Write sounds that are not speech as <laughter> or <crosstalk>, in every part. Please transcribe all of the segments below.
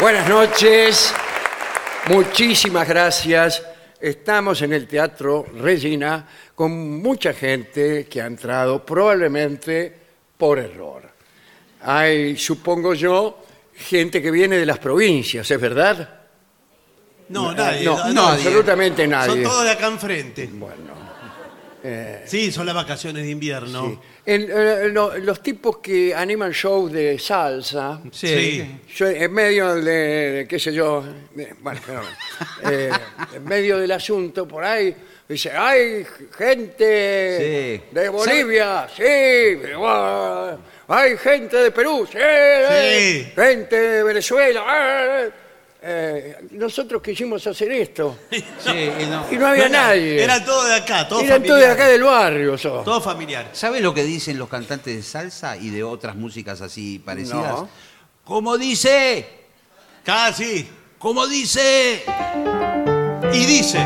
Buenas noches, muchísimas gracias. Estamos en el Teatro Regina con mucha gente que ha entrado probablemente por error. Hay, supongo yo, gente que viene de las provincias, ¿es verdad? No, nadie. no, na- no, nadie. absolutamente nadie. Son todos de acá enfrente. Bueno. eh, Sí, son las vacaciones de invierno. En, eh, lo- los tipos que animan shows de salsa, Sí. Yo, en medio de, de qué sé yo, de- bueno, perdón, Eh, en medio del asunto, por ahí, dice, hay gente Sí. de Bolivia, sí, pero, ah, hay gente de Perú, sí, eh, Sí. gente de Venezuela. ah, eh". Eh, nosotros quisimos hacer esto Sí, y no. y no había <laughs> era- nadie. Eran todos de acá, todos Eran todos de familiares. acá del barrio. so. Todos familiares. ¿Sabe lo que dicen los cantantes de salsa y de otras músicas así parecidas? No. Como dice, Casi. como dice. Y dice,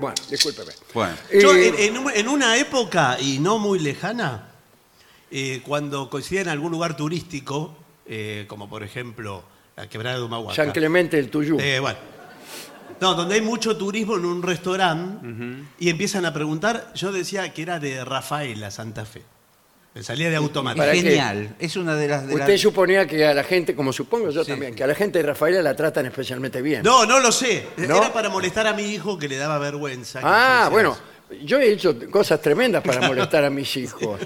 Bueno, discúlpeme. Bueno, yo eh, Y- en, en un- en una época y no muy lejana, eh, cuando coincidía en algún lugar turístico, eh, como por ejemplo la quebrada de Humahuaca. San Clemente del Tuyú. Eh, bueno. No, donde hay mucho turismo en un restaurante y empiezan a preguntar, yo decía que era de Rafaela, Santa Fe. Me salía de automático. ¿Para qué? genial. Es una de las de Usted las- suponía que a la gente, como supongo yo Sí. también, que a la gente de Rafaela la tratan especialmente bien. No, no lo sé. ¿No? Era para molestar a mi hijo que le daba vergüenza. que ah, yo hiciera bueno, eso. yo he hecho cosas tremendas para molestar a mis <laughs> hijos.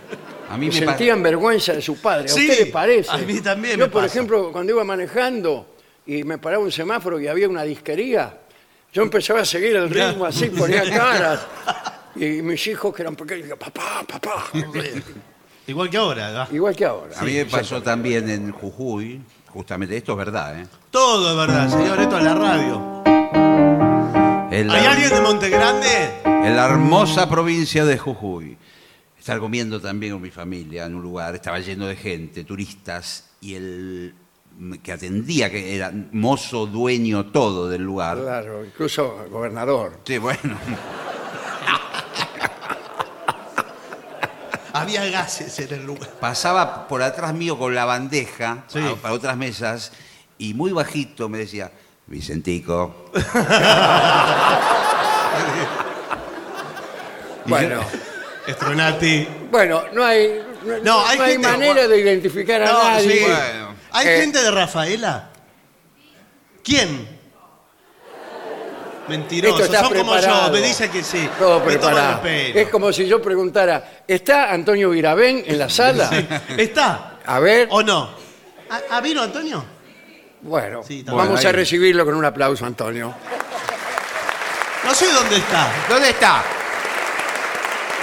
A mí me pa- Sentían vergüenza de su padre. ¿A Sí, usted le parece? a mí también Yo, me por pasa. ejemplo, cuando iba manejando y me paraba un semáforo y había una disquería, yo empezaba a seguir el ritmo así, <laughs> ponía caras. Y mis hijos que eran pequeños, papá, <laughs> papá. Igual que ahora. ¿verdad? Igual que ahora. A mí me pasó también en Jujuy, justamente, esto es verdad, ¿eh? Todo es verdad, señor. Esto es la radio. En ¿Hay la- alguien de Montegrande? en la hermosa provincia de Jujuy. Estaba comiendo también con mi familia en un lugar, estaba lleno de gente, turistas, y el que atendía, que era mozo, dueño, todo del lugar. Claro, incluso gobernador. Sí, bueno. Había gases en el lugar. pasaba por atrás mío con la bandeja Sí. a- para otras mesas y muy bajito me decía, Vicentico. Bueno. Estronati. Bueno, no hay, no, no hay, hay gente- manera de identificar a No, nadie. sí. Bueno. ¿Hay Eh. gente de Rafaela? ¿Quién? Mentiroso, Esto está son como preparado. yo, me dicen que sí. Todo me toman preparado. el pelo. Es como si yo preguntara, ¿está Antonio Virabén en la sala? Sí. Oh. ¿Está A ver, o no? ¿Ah, ah, vino Antonio? bueno, Sí, también. vamos Bueno, a ahí. recibirlo con un aplauso, Antonio. No sé dónde está. ¿Dónde está?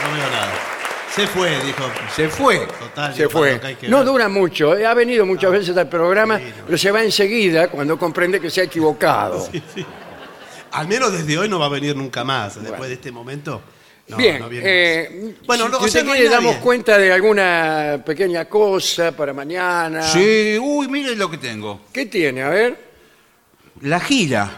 No veo nada. Se fue, dijo. Se fue. Total, Se dijo, fue. lo que hay que No ver. dura mucho, eh, ha venido muchas veces al programa, Sí, no. pero se va enseguida cuando comprende que se ha equivocado. Al menos desde hoy no va a venir nunca más. Después de este momento. No, Bien, no viene más. eh, bueno, si no, o usted sea, no hay quiere, damos nadie. cuenta de alguna pequeña cosa para mañana. Sí, uy, miren lo que tengo. ¿Qué tiene? A ver. La gira.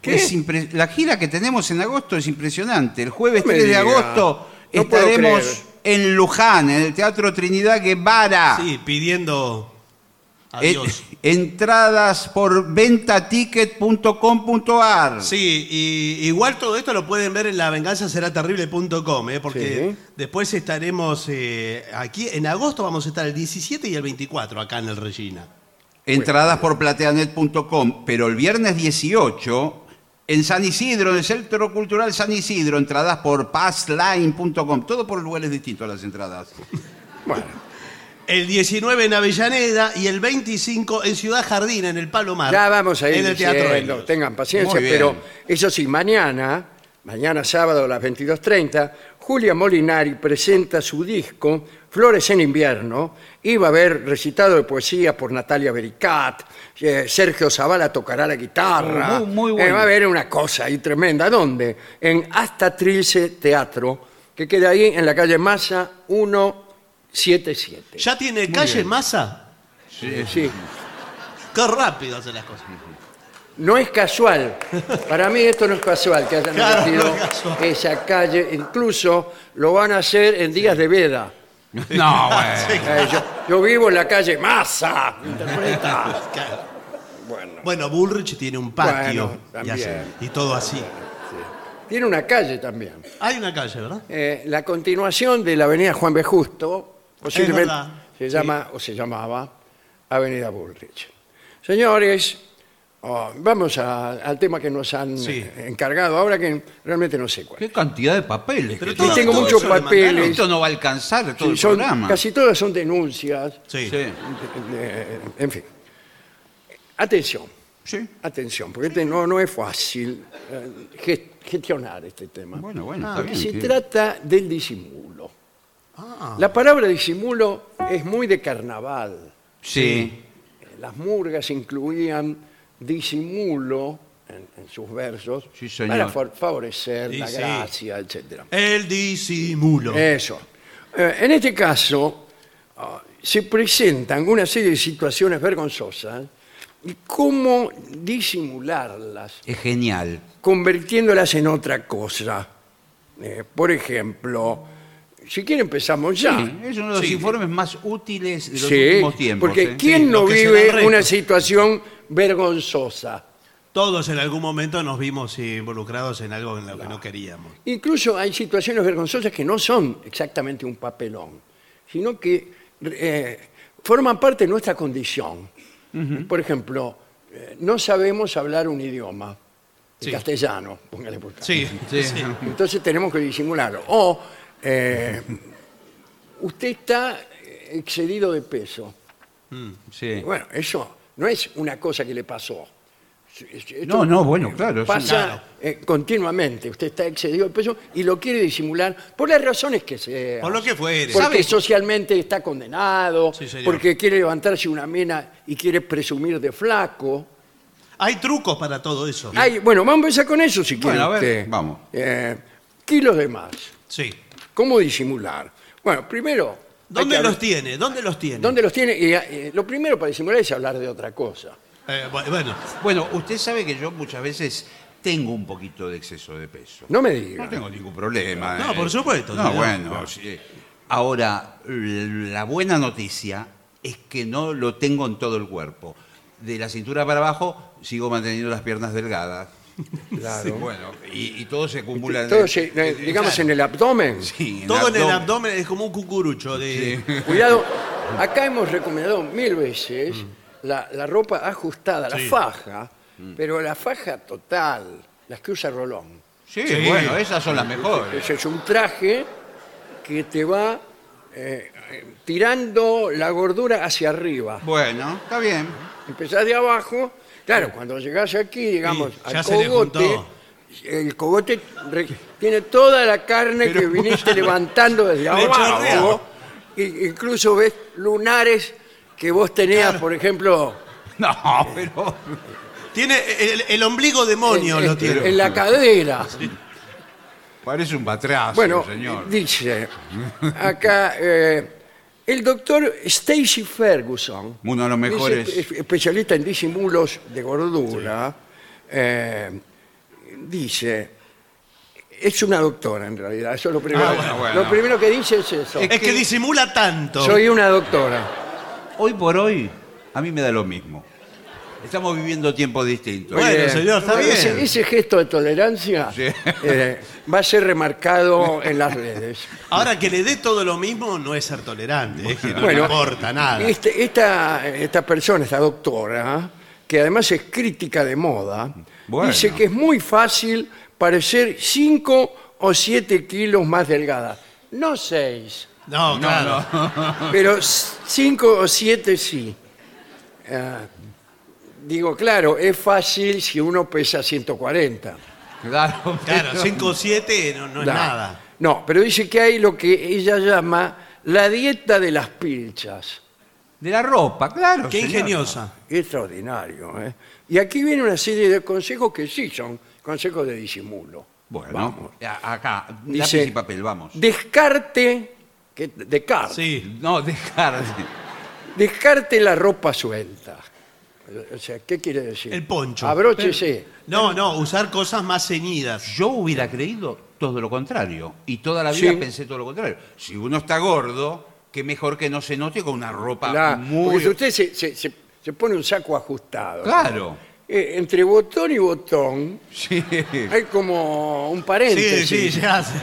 ¿Qué? Es impre- La gira que tenemos en agosto es impresionante. El jueves No me 3 de diga. agosto No puedo estaremos en Luján, en el Teatro Trinidad Guevara. ah. Eh, Sí, pidiendo a Eh, En- Dios. entradas por ventaticket.com.ar. Sí, y igual todo esto lo pueden ver en lavenganzaseraterrible.com, ¿eh? porque Sí. después estaremos eh, aquí, en agosto vamos a estar el 17 y el 24 acá en el Regina. Entradas por plateanet.com, pero el viernes 18 en San Isidro, en el Centro Cultural San Isidro, entradas por passline.com, todo por lugares distintos las entradas. Bueno. El 19 en Avellaneda y el 25 en Ciudad Jardín, en el Palomar. Ya vamos a ir En el Teatro diciendo, Helios. tengan paciencia, Muy bien. pero eso sí, mañana, mañana sábado a las 22.30, Julia Molinari presenta su disco Flores en invierno. Iba a haber recitado de poesía por Natalia Bericat. eh, Sergio Zavala tocará la guitarra. Muy- muy bueno. Eh, va a haber una cosa ahí tremenda. ¿Dónde? En Hasta Trilce Teatro, que queda ahí en la calle Massa 177. ¿Ya tiene calle masa? Sí. Qué rápido hacen las cosas. Eh. No es casual. Para mí esto no es casual que hayan Claro, elegido no es casual. esa calle. Incluso lo van a hacer en días de veda. No, bueno. Eh, yo, yo vivo en la calle Massa. Interpreta. Claro. Bueno, Bueno, Bullrich tiene un patio Bueno, y, también. hace- y todo así. tiene una calle también. Hay una calle, ¿verdad? Eh, la continuación de la avenida Juan B. Justo, posiblemente verdad. se llama o se llamaba Avenida Bullrich. Señores, oh, vamos a- al tema que nos han Sí. eh, encargado ahora que realmente no sé cuál. Qué cantidad de papeles. Pero que todo- Y tengo todo muchos eso le mandaron. papeles. Esto no va a alcanzar todo Sí, el son- programa. casi todas son denuncias. Sí. Sí. Eh, en fin. Atención, Sí. atención, porque este no, no es fácil eh, gest- gestionar este tema. Bueno, bueno, está Porque bien. se sí. trata del disimulo. Ah. Ah. La palabra disimulo es muy de carnaval. Sí. Las murgas incluían disimulo en, en sus versos Sí, señor. para fa- favorecer Y la sí. gracia, etcétera. El disimulo. Eso. Eh, en este caso, ah, se presentan una serie de situaciones vergonzosas y cómo disimularlas, Es genial. convirtiéndolas en otra cosa. Eh, por ejemplo, si quiere empezamos ya. Ah. Sí, es uno de los Sí. informes más útiles de los Sí, últimos tiempos. porque ¿eh? ¿quién Sí, no los que se dan vive retos. una situación vergonzosa? Todos en algún momento nos vimos involucrados en algo en lo que no queríamos. Incluso hay situaciones vergonzosas que no son exactamente un papelón, sino que eh, forman parte de nuestra condición. Por ejemplo, eh, no sabemos hablar un idioma, el Sí. castellano, póngale por caso. Sí, sí. Sí. Entonces tenemos que disimularlo. O eh, usted está excedido de peso. Mm. Sí. Bueno, eso no es una cosa que le pasó. Esto No, no, bueno, claro, es Pasa un- Claro. eh, continuamente. Usted está excedido de peso y lo quiere disimular por las razones que sea. Por lo que fuere. Porque ¿Sabe? socialmente está condenado, Sí, señor. porque quiere levantarse una mina y quiere presumir de flaco. Hay trucos para todo eso. Ay, bueno, vamos a empezar con eso si quiere Bueno, a ver, usted. vamos. Eh, kilos de más. Sí. ¿Cómo disimular? Bueno, primero... hay ¿Dónde que los hab- tiene? ¿Dónde los tiene? ¿Dónde los tiene? Y, eh, lo primero para disimular es hablar de otra cosa. Eh, bu- bueno, Bueno, usted sabe que yo muchas veces tengo un poquito de exceso de peso. No me diga. No tengo ningún problema. No, eh. por supuesto, No, señor. bueno. sí. Ahora, l- la buena noticia es que no lo tengo en todo el cuerpo. De la cintura para abajo sigo manteniendo las piernas delgadas. <laughs> Claro. Sí, bueno, y, y todo se acumula. en- Todo se- eh, digamos en el abdomen. Sí, todo en el abdomen es como un cucurucho. De... Cuidado, acá hemos recomendado mil veces la, la ropa ajustada, la Sí. faja, pero la faja total, las que usa Rolón. Sí, Sí. bueno, esas son las mejores. Ese es un traje que te va eh, eh, tirando la gordura hacia arriba. Bueno, está bien. <laughs> Empezás de abajo, claro, cuando llegás aquí, digamos, Sí, ya al se le cogote, juntó. el cogote re- tiene toda la carne que viniste levantando desde Le abajo. chorrea. I- incluso ves lunares que vos tenías, por ejemplo, No, pero. Tiene el, el ombligo demonio, en, lo en- tiene. en la cadera. Parece un batrazo, Bueno, señor. dice acá eh, el doctor Stacy Ferguson, Uno de los dice, mejores. es- especialista en disimulos de gordura, eh, dice, es una doctora en realidad, eso es lo primero. Ah, bueno, bueno. Lo primero que dice es eso. Es que disimula tanto. Soy una doctora. Hoy por hoy, a mí me da lo mismo. Estamos viviendo tiempos distintos. Bueno, Eh, señor, está bien. ese, ese gesto de tolerancia Sí. eh, va a ser remarcado en las redes. <laughs> Ahora que le dé todo lo mismo no es ser tolerante, es que no le importa nada. este- esta, esta persona, esta doctora, que además es crítica de moda, Bueno. dice que es muy fácil parecer 5 o 7 kilos más delgada. No 6, No, No, <laughs> claro. Ah. pero 5 o 7 sí. Ah, digo, claro, es fácil si uno pesa 140. Claro, Claro, pero- 5 o 7 no, no es Da. nada. No, pero dice que hay lo que ella llama la dieta de las pinchas. De la ropa, claro. Qué señor. ingeniosa. Qué extraordinario. ¿eh? Y aquí viene una serie de consejos que sí son consejos de disimulo. Bueno, Vamos. a- acá, Dice- lápiz y papel, vamos. Descarte, que, descarte, Sí. No, dejar. descarte la ropa suelta. O sea, ¿qué quiere decir? El poncho. Abróchese. No, no, usar cosas más ceñidas. Yo hubiera creído todo lo contrario. Y toda la vida Sí. pensé todo lo contrario. Si uno está gordo, qué mejor que no se note con una ropa La- muy. Porque si usted se, se- se- se pone un saco ajustado. Claro. eh, entre botón y botón Sí. hay como un Sí, paréntesis sí, se hace.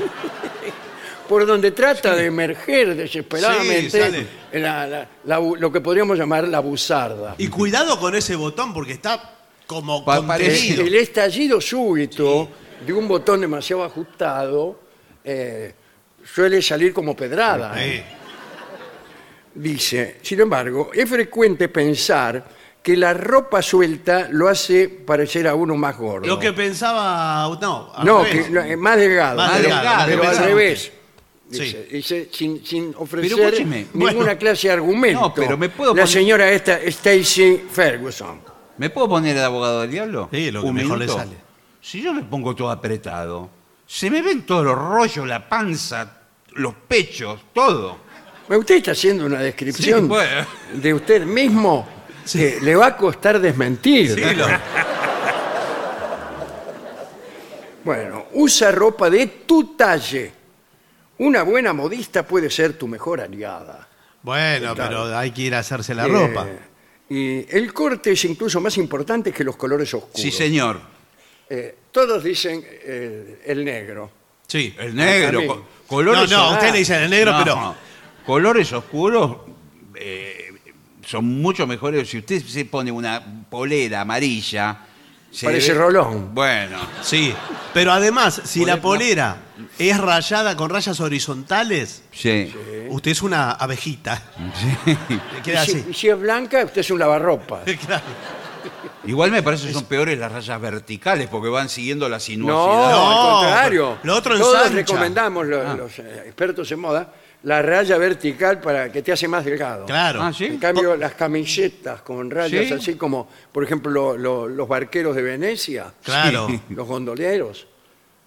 por donde trata de emerger desesperadamente Sí, la- la- la bu- lo que podríamos llamar la buzarda. Y cuidado con ese botón porque está como Pa- contenido. parecido. Eh, El estallido súbito de un botón demasiado ajustado eh, suele salir como pedrada. ¿eh? Sí. Dice, sin embargo, es frecuente pensar que la ropa suelta lo hace parecer a uno más gordo. Lo que pensaba. No, al no, revés. que, no, eh, más delgado. Más pero- delgado, Pero, lo al pensamos. revés. Sí. Dice, dice, sin, sin ofrecer Pero escúcheme, ninguna bueno. clase de argumento. No, pero me puedo La poner- señora esta, Stacy Ferguson. ¿Me puedo poner de abogado del diablo? Sí, lo que Un mejor le minuto. sale. Si yo me pongo todo apretado, se me ven todos los rollos, la panza, los pechos, todo. Bueno, Usted está haciendo una descripción Sí, bueno. de usted mismo que le va a costar desmentir. Sí, lo- Bueno, usa ropa de tu talle. Una buena modista puede ser tu mejor aliada. Bueno, pero hay que ir a hacerse la Eh, ropa. Y el corte es incluso más importante que los colores oscuros. Sí, señor. Eh, todos dicen eh, el negro. Sí. El Ay, negro, también. co- colores No, no, os- usted le dice el negro, No, pero- no. Colores oscuros eh, son mucho mejores. Si usted se pone una polera amarilla... se Parece ve- Rolón. Bueno, Sí. Pero además, si la Polera- polera es rayada con rayas horizontales, sí. usted es una abejita. Le Y Queda si, y así. si es blanca, usted es un lavarropa. Claro. <laughs> Igual me parece que son peores las rayas verticales porque van siguiendo la No, sinuosidad. No, al contrario. lo otro Todos ensancha. Ah. recomendamos, lo- los, eh, expertos en moda, la raya vertical para que te hace más delgado. Claro. Ah, sí. En cambio, las camisetas con rayas Sí. así como, por ejemplo, lo- los barqueros de Venecia, Claro. los gondoleros,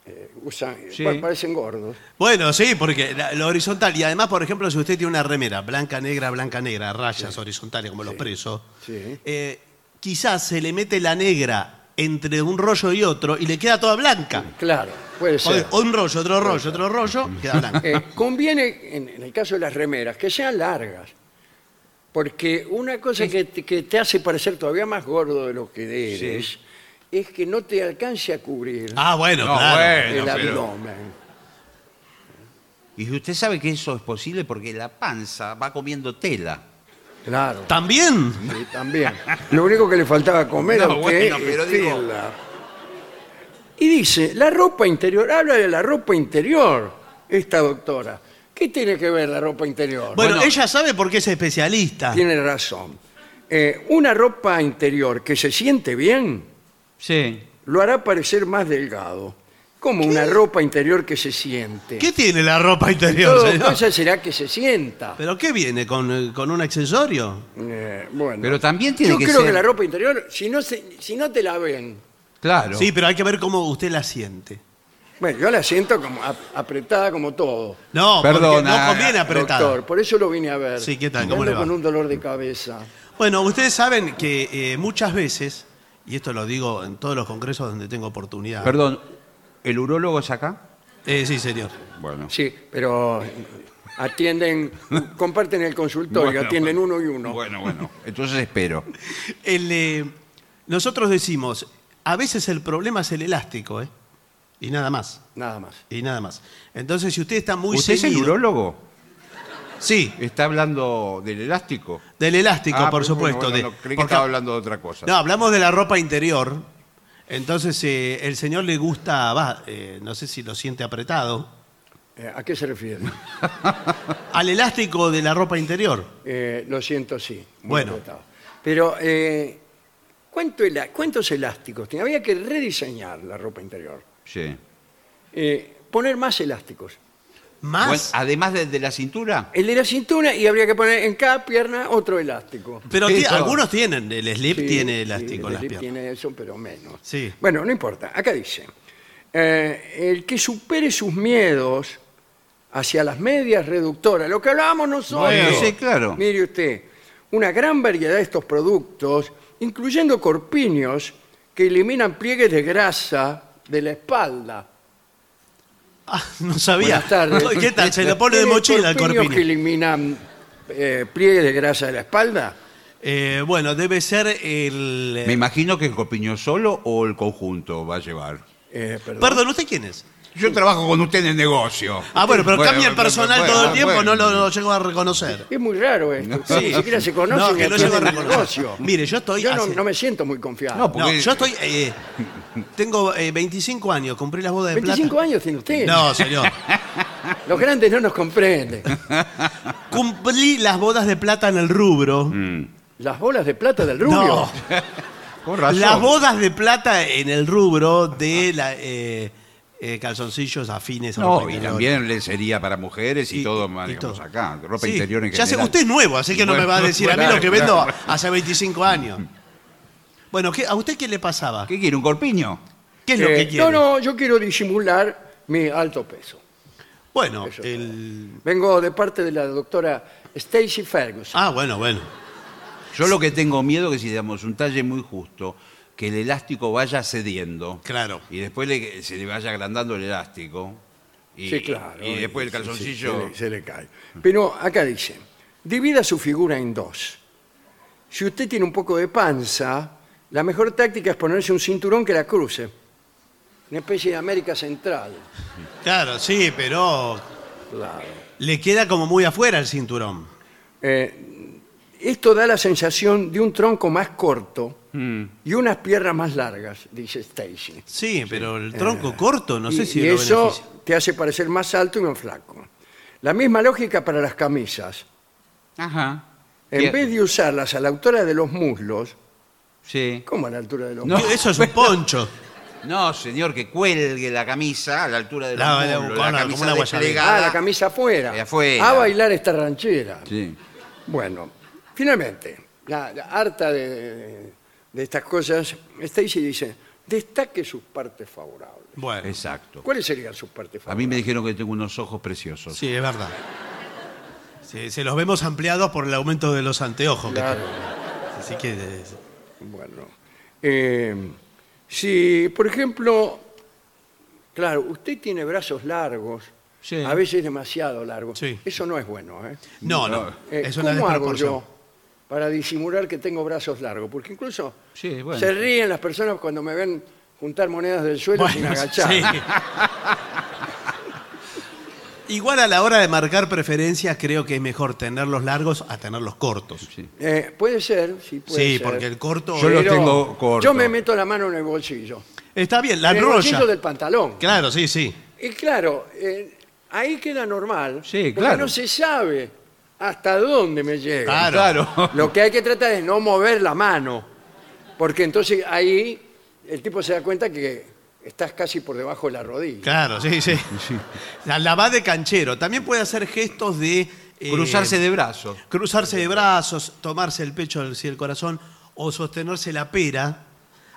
eh, usan, Sí. pa- parecen gordos. Bueno, sí, porque la- lo horizontal. Y además, por ejemplo, si usted tiene una remera blanca, negra, blanca, negra, rayas horizontales como los presos, Sí. eh, quizás se le mete la negra entre un rollo y otro y le queda toda blanca. Claro, puede ser. O, o un rollo, otro rollo, otro rollo, queda blanca. Eh, conviene, en, en el caso de las remeras, que sean largas. Porque una cosa que, te- que te hace parecer todavía más gordo de lo que eres es que no te alcance a cubrir Ah, bueno, No, claro. bueno. el pero- abdomen. Y usted sabe que eso es posible porque la panza va comiendo tela. Claro, También. sí, también. Lo único que le faltaba comer a No, usted bueno, es pero digo- tela. Y dice, la ropa interior, habla de la ropa interior, esta doctora. ¿Qué tiene que ver la ropa interior? Bueno, Bueno. ella sabe por qué es especialista. Tiene razón. Eh, una ropa interior que se siente bien Sí. lo hará parecer más delgado. Como una ropa interior que se siente. ¿Qué tiene la ropa interior, Todo señor? cosa será que se sienta. ¿Pero qué viene? ¿Con, eh, con un accesorio? Eh, bueno. Pero también tiene Yo que creo ser- que la ropa interior, si no, se- si no te la ven, Claro. Sí, pero hay que ver cómo usted la siente. bueno, yo la siento como ap- apretada como todo. No, porque Perdona, no conviene apretada. Doctor, por eso lo vine a ver. Sí, ¿qué tal? ¿Cómo Ando le va? con un dolor de cabeza. Bueno, ustedes saben que eh, muchas veces, y esto lo digo en todos los congresos donde tengo oportunidad. Perdón, ¿el urólogo es acá? Eh, sí, señor. Bueno. Sí, pero <laughs> atienden, comparten el consultorio, Bueno, atienden bueno. uno y uno. Bueno, bueno. Entonces espero. El, eh, nosotros decimos, a veces el problema es el elástico, ¿eh? Y nada más. Nada más. Y nada más. Entonces, si usted está muy ¿Usted es el ceñido- urólogo? Sí, ¿Está hablando del elástico? del elástico, Ah, por bueno, supuesto. bueno, de- no, creí que porque- estaba hablando de otra cosa. No, hablamos de la ropa interior. Entonces, eh, el señor le gusta, va, eh, no sé si lo siente apretado, Eh, ¿A qué se refiere? al elástico de la ropa interior. Eh, lo siento, sí. muy Bueno. apretado. Pero, eh, ¿cuánto ela- ¿cuántos elásticos tiene? Había que rediseñar la ropa interior. Sí. Eh, poner más elásticos. ¿Más? Bueno, además de, de la cintura. El de la cintura y habría que poner en cada pierna otro elástico. Pero ti- Eso. algunos tienen, el slip Sí, tiene sí, elástico en el las slip piernas. Tiene eso, pero menos. Sí. Bueno, no importa. Acá dice, eh, el que supere sus miedos hacia las medias reductoras, lo que hablábamos nosotros. Bueno, sí, claro. Mire usted, una gran variedad de estos productos, incluyendo corpiños que eliminan pliegues de grasa de la espalda. Ah, no sabía. Buenas tardes. <laughs> ¿Qué tal? Se lo pone de ¿Tiene mochila el corpiños que corpiño. eliminan eh, pliegues de grasa de la espalda? Eh, bueno, debe ser el... eh, Me imagino que el corpiño solo o el conjunto va a llevar. Eh, perdón. Perdón, ¿usted quién es? Yo trabajo con usted en el negocio. Ah, bueno, pero cambia el bueno, personal bueno, ah, todo el tiempo, bueno. no lo, lo llego a reconocer. Es muy raro esto. No. Ni siquiera se conoce No, ni que no llego a atienden el reconocer. negocio. Mire, yo estoy Yo no, hace- no me siento muy confiado. No, No, porque yo estoy... <laughs> eh, tengo eh, 25 años, compré las bodas de 25 plata. años tiene usted. <laughs> No, señor. Los grandes no nos <laughs> comprenden. Cumplí las bodas de plata en el rubro. Mm. Las bolas de plata del rubio. No. con razón. Las bodas de plata en el rubro de la, eh, eh, calzoncillos afines a los No, y peinadores. también lencería para mujeres y, todo manejamos todo. acá. Ropa Sí, interior en ya general. sé, usted es nuevo, así que no me Bueno, va a decir a mí claro, lo que vendo claro. hace 25 años. Bueno, ¿qué- ¿a usted qué le pasaba? ¿Qué, ¿Qué quiere? ¿Un corpiño? es lo Eh, que quiere? No, no, yo quiero disimular mi alto peso. Bueno, Eso. el... Vengo de parte de la doctora Stacy Ferguson. Ah, bueno, bueno. Yo lo que tengo miedo es que si damos un talle muy justo, que el elástico vaya cediendo. Claro. Y después le- se le vaya agrandando el elástico. Y, sí, claro. Y después el Sí, sí, calzoncillo. Mm. se, le, se le cae. Pero acá dice, divida su figura en dos. Si usted tiene un poco de panza, la mejor táctica es ponerse un cinturón que la cruce. Una especie de América Central. Claro, sí, pero Claro. le queda como muy afuera el cinturón. Eh, esto da la sensación de un tronco más corto Mm. y unas piernas más largas, dice Stacy. Sí, pero el tronco corto, no y, sé si y lo eso beneficia. te hace parecer más alto y más flaco. La misma lógica para las camisas. Ajá. En Bien. vez de usarlas a la altura de los muslos, Sí. ¿cómo a la altura de los No. muslos? Eso es un poncho. No, señor, que cuelgue la camisa a la altura de los La- la- muslos, con- la como camisa una guayabera. desplegada. Ah, la camisa Eh, afuera. afuera. A bailar esta ranchera. Sí. Bueno, finalmente, la, la harta de, de estas cosas, Stacy dice, destaque sus partes favorables. Bueno, Exacto. ¿Cuáles serían sus partes A mí favoritas? me dijeron que tengo unos ojos preciosos. sí, es verdad. Sí, se los vemos ampliados por el aumento de los anteojos. que Claro, Así que eh, bueno. Eh, si, por ejemplo, claro, usted tiene brazos largos, Sí. a veces demasiado largos. Sí. Eso no es bueno, ¿eh? no, no, Eh, es una ¿Cómo hago desproporción. yo para disimular que tengo brazos largos? Porque incluso Sí, bueno. se ríen las personas cuando me ven juntar monedas del suelo sin Bueno, <laughs> agachar. sí. Igual a la hora de marcar preferencias creo que es mejor tenerlos largos a tenerlos cortos. Sí. Eh, puede ser, sí, puede Sí, ser. porque el corto Yo los Pero tengo cortos. Yo me meto la mano en el bolsillo. está bien, la en el enrolla. bolsillo del pantalón. Claro, sí, sí. Y claro, eh, ahí queda normal. Sí, porque claro. no se sabe hasta dónde me llega. Claro. Lo que hay que tratar es no mover la mano. Porque entonces ahí el tipo se da cuenta que estás casi por debajo de la rodilla. Claro, sí, sí. La, la va de canchero. También puede hacer gestos de eh, Cruzarse de brazos. cruzarse de brazos, tomarse el pecho al el corazón o sostenerse la pera,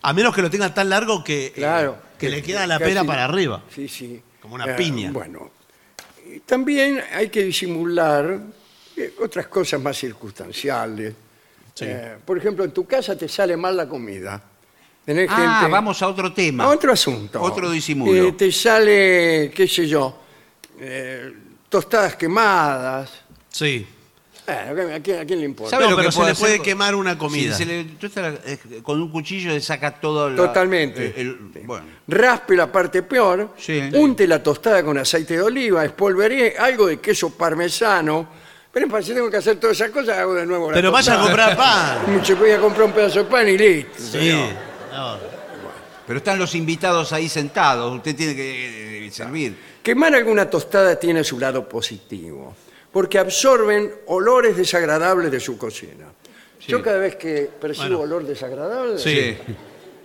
a menos que lo tenga tan largo que, eh, Claro. que le queda la Casi- pera para arriba. Sí, sí. Ah, Como una piña. Bueno. Y También hay que disimular eh, otras cosas más circunstanciales. Sí. Eh, por ejemplo, en tu casa te sale mal la comida. Tenés Ah, gente- vamos a otro tema. A otro asunto. Otro disimulo. Eh, te sale, qué sé yo, eh, tostadas quemadas. Sí. Eh, ¿a, quién, a quién le importa? ¿Sabe No, lo pero que se puedo le hacer? puede quemar una comida. Sí, se le- tú estás, eh, con un cuchillo le saca todo la- eh, Totalmente. el- el- bueno. Raspe la parte peor, Sí. unte la tostada con aceite de oliva, espolveré algo de queso parmesano. Pero para si tengo que hacer todas esas cosas, hago de nuevo la Pero vaya a tostada. comprar pan. Me voy a comprar un pedazo de pan y listo. Sí. señor. No. Pero están los invitados ahí sentados, usted tiene que eh, servir. Quemar alguna tostada tiene su lado positivo, porque absorben olores desagradables de su cocina. Yo cada vez que percibo Bueno. olor desagradable, Sí.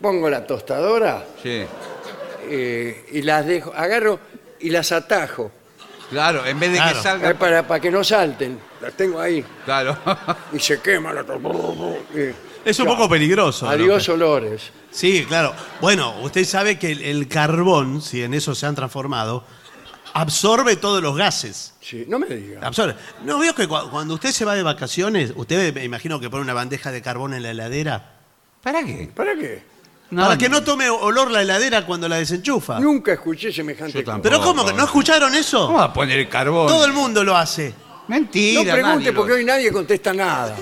pongo la tostadora sí. eh, y las dejo, agarro y las atajo. Claro, en vez de Claro. que salga. Eh, para, para que no salten. Las tengo ahí. Claro. <laughs> Y se quema la to- eh, Es un ya. poco peligroso. ¿no? Adiós, olores. Sí, claro. Bueno, usted sabe que el, el carbón, si en eso se han transformado, absorbe todos los gases. Sí, no me Ah. diga. Absorbe. No veo que cua- cuando usted se va de vacaciones, usted me imagino que pone una bandeja de carbón en la heladera. ¿Para qué? ¿Para qué? para que no tome olor la heladera cuando la desenchufa. Nunca escuché semejante Ah. Yo cosa. tampoco. Pero ¿cómo? que ¿No escucharon eso? ¿Cómo va a poner el carbón? Todo el mundo lo hace. Mentira. No pregunte nadie lo- porque hoy nadie contesta <laughs> nada.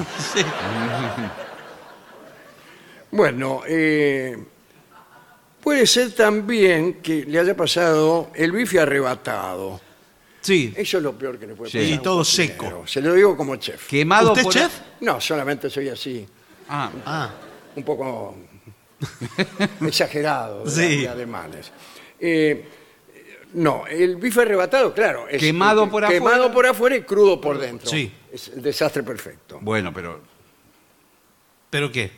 Bueno, eh, puede ser también que le haya pasado el bife arrebatado. Sí. Eso es lo peor que le puede Sí. pasar. a Y un todo cocinero. seco. Se lo digo como chef. Quemado ¿Usted es por- chef? No, solamente soy así, Ah, Ah, un poco <laughs> exagerado de, Sí. de alemanes. Eh, no, el bife arrebatado, claro. es- Quemado por afuera. Quemado por afuera y crudo por dentro. Sí. Es el desastre perfecto. bueno, pero ¿pero qué?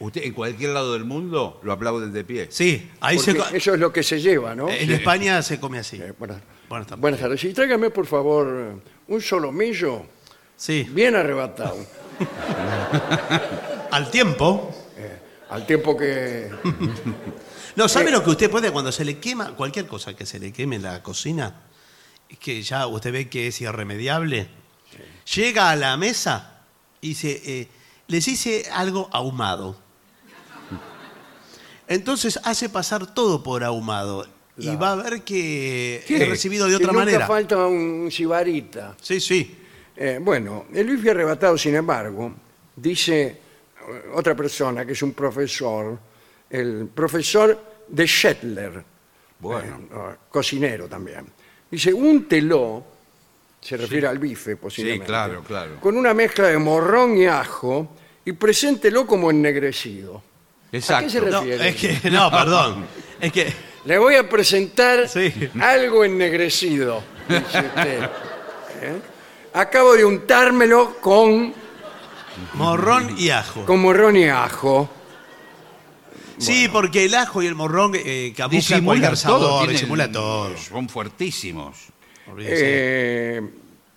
usted en cualquier lado del mundo lo aplauden de pie. Sí, ahí se... Porque co- eso es lo que se lleva, ¿no? En España se come así. Eh, buenas, Buenas tardes. buenas tardes. Y tráigame, por favor, un solomillo Sí. bien arrebatado. Al tiempo. Eh, al tiempo que... No, Eh. ¿sabe lo que usted puede cuando se le quema? Cualquier cosa que se le queme en la cocina, es que ya usted ve que es irremediable. Llega a la mesa y se, eh, les hice algo ahumado. Entonces hace pasar todo por ahumado. Y Claro. va a ver que ¿Qué? es recibido de que otra nunca manera. falta un sibarita. Sí, sí. Eh, bueno, el bife arrebatado, sin embargo, dice eh, otra persona que es un profesor, el profesor de Schettler, Bueno. eh, no, cocinero también. Dice, un teló, se refiere al bife posiblemente, claro, claro. con una mezcla de morrón y ajo y preséntelo como ennegrecido. Exacto. ¿A qué se No, refiere? es que, <laughs> no, perdón. Es que, Le voy a presentar Sí. algo ennegrecido, dice usted. ¿Eh? Acabo de untármelo con, morrón y ajo. con morrón y ajo. Sí, porque el ajo y el morrón eh, camuflan Disimulan cualquier sabor, tienen- disimula todo. Son fuertísimos. Olvídese. Eh,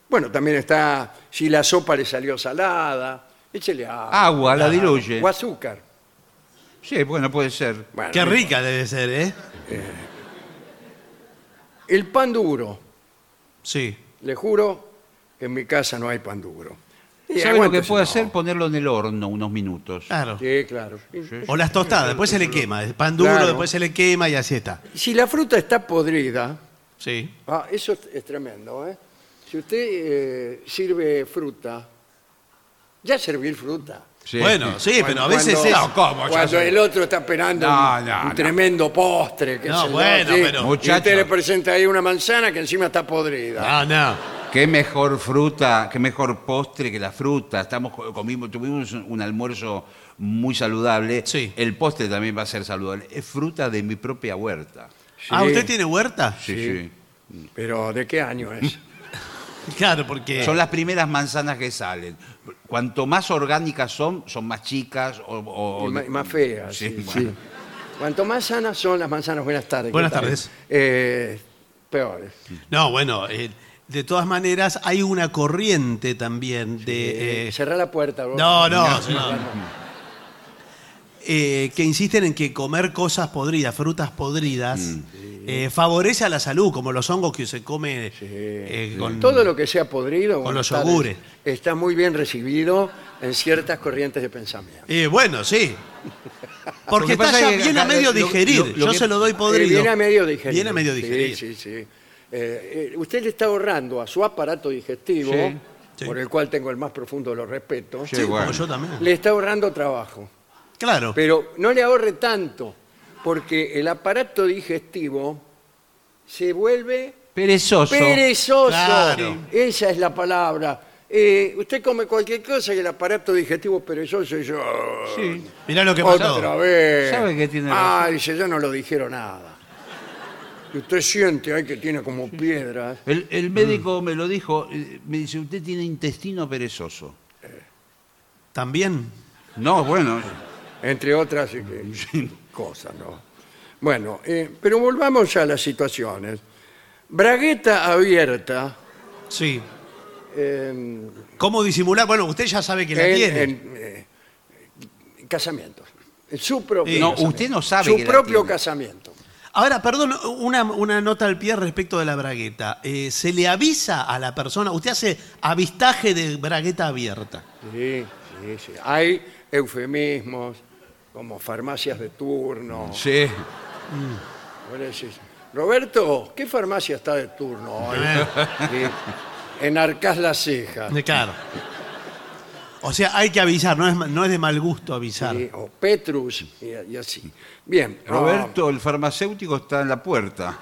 bueno, también está, si la sopa le salió salada, échele agua, Agua, la diluye. o azúcar. Sí, bueno, puede ser. Bueno, Qué rica debe ser, ¿eh? El pan duro, Sí. le juro que en mi casa no hay pan duro. Y ¿Sabe lo que aguántese, puede no. Ah. hacer? Ponerlo en el horno unos minutos. Claro. Sí, claro. O las tostadas, después se le quema. El pan duro, Claro. después se le quema y así está. Si la fruta está podrida, Sí. Ah, eso es- es tremendo, ¿eh? Si usted eh, sirve fruta, ya servir fruta. Sí. Bueno, sí, pero a veces Cuando- es. No, ¿cómo? Ya Cuando sé. el otro está esperando No, un, no, un no. tremendo postre. Que No, bueno, pero- Y usted Muchacho. le presenta ahí una manzana que encima está podrida. No, Ah, no. Qué mejor fruta, qué mejor postre que la fruta. Estamos co- comimos, tuvimos un un almuerzo muy saludable. Sí. El postre también va a ser saludable. Es fruta de mi propia huerta. Ah, Sí. ¿usted tiene huerta? Sí, Sí. sí. Pero ¿de qué año <laughs> es? Claro, porque. Son las primeras manzanas que salen. Cuanto más orgánicas son, son más chicas o, o- Y ma- y más fea. Sí, sí, bueno. sí. Cuanto más sanas son las manzanas, buenas tardes. ¿qué Buenas tal? tardes. Eh, peores. No, bueno, eh, de todas maneras, hay una corriente también Eh, de. eh, cerrá la puerta. vos. No, no, no. eh, que insisten en que comer cosas podridas, frutas podridas, eh, favorece a la salud, como los hongos que se come eh, con. Todo lo que sea podrido Con los buenas yogures. tardes, está muy bien recibido en ciertas corrientes de pensamiento. Eh, bueno, sí. Porque Lo está que pasa ya es que bien a acá- medio lo- lo- digerir. lo Yo que- se lo doy podrido. Eh, Viene a medio digerido. Viene a medio Sí, digerido. Sí, sí. Eh, eh, usted le está ahorrando a su aparato digestivo, Sí, sí. por el cual tengo el más profundo de los respetos, Sí, bueno. Como yo también. le está ahorrando trabajo. Claro. Pero no le ahorre tanto, porque el aparato digestivo se vuelve Perezoso. Perezoso. Claro. Esa es la palabra. Eh, usted come cualquier cosa y el aparato digestivo perezoso y yo. Sí. Mirá lo que otra pasó. vez. ¿Sabe qué tiene Ah, dice, yo no lo dijeron nada. Y usted siente ahí que tiene como piedras. El, el Mm. médico me lo dijo, eh, me dice, usted tiene intestino perezoso. También. No, bueno, entre otras eh, cosas, ¿no? Bueno, eh, pero volvamos a las situaciones. Bragueta abierta Sí. en, ¿Cómo disimular? Bueno, usted ya sabe que la en- tiene. en, eh, casamientos. En su propio No, casamiento. usted no sabe Su que la propio tiene. casamiento. Ahora, perdón, una, una nota al pie respecto de la bragueta. Eh, ¿Se le avisa a la persona? Usted hace avistaje de bragueta abierta. Sí, sí, sí. Hay eufemismos como farmacias de turno. Sí. Vos le decís, Roberto, ¿qué farmacia está de turno hoy? Y enarcás las cejas. Eh, Claro. O sea, hay que avisar, no es, ma- no es de mal gusto avisar. Y- o Petrus, y, y así. Bien. no, Roberto, el farmacéutico está en la puerta.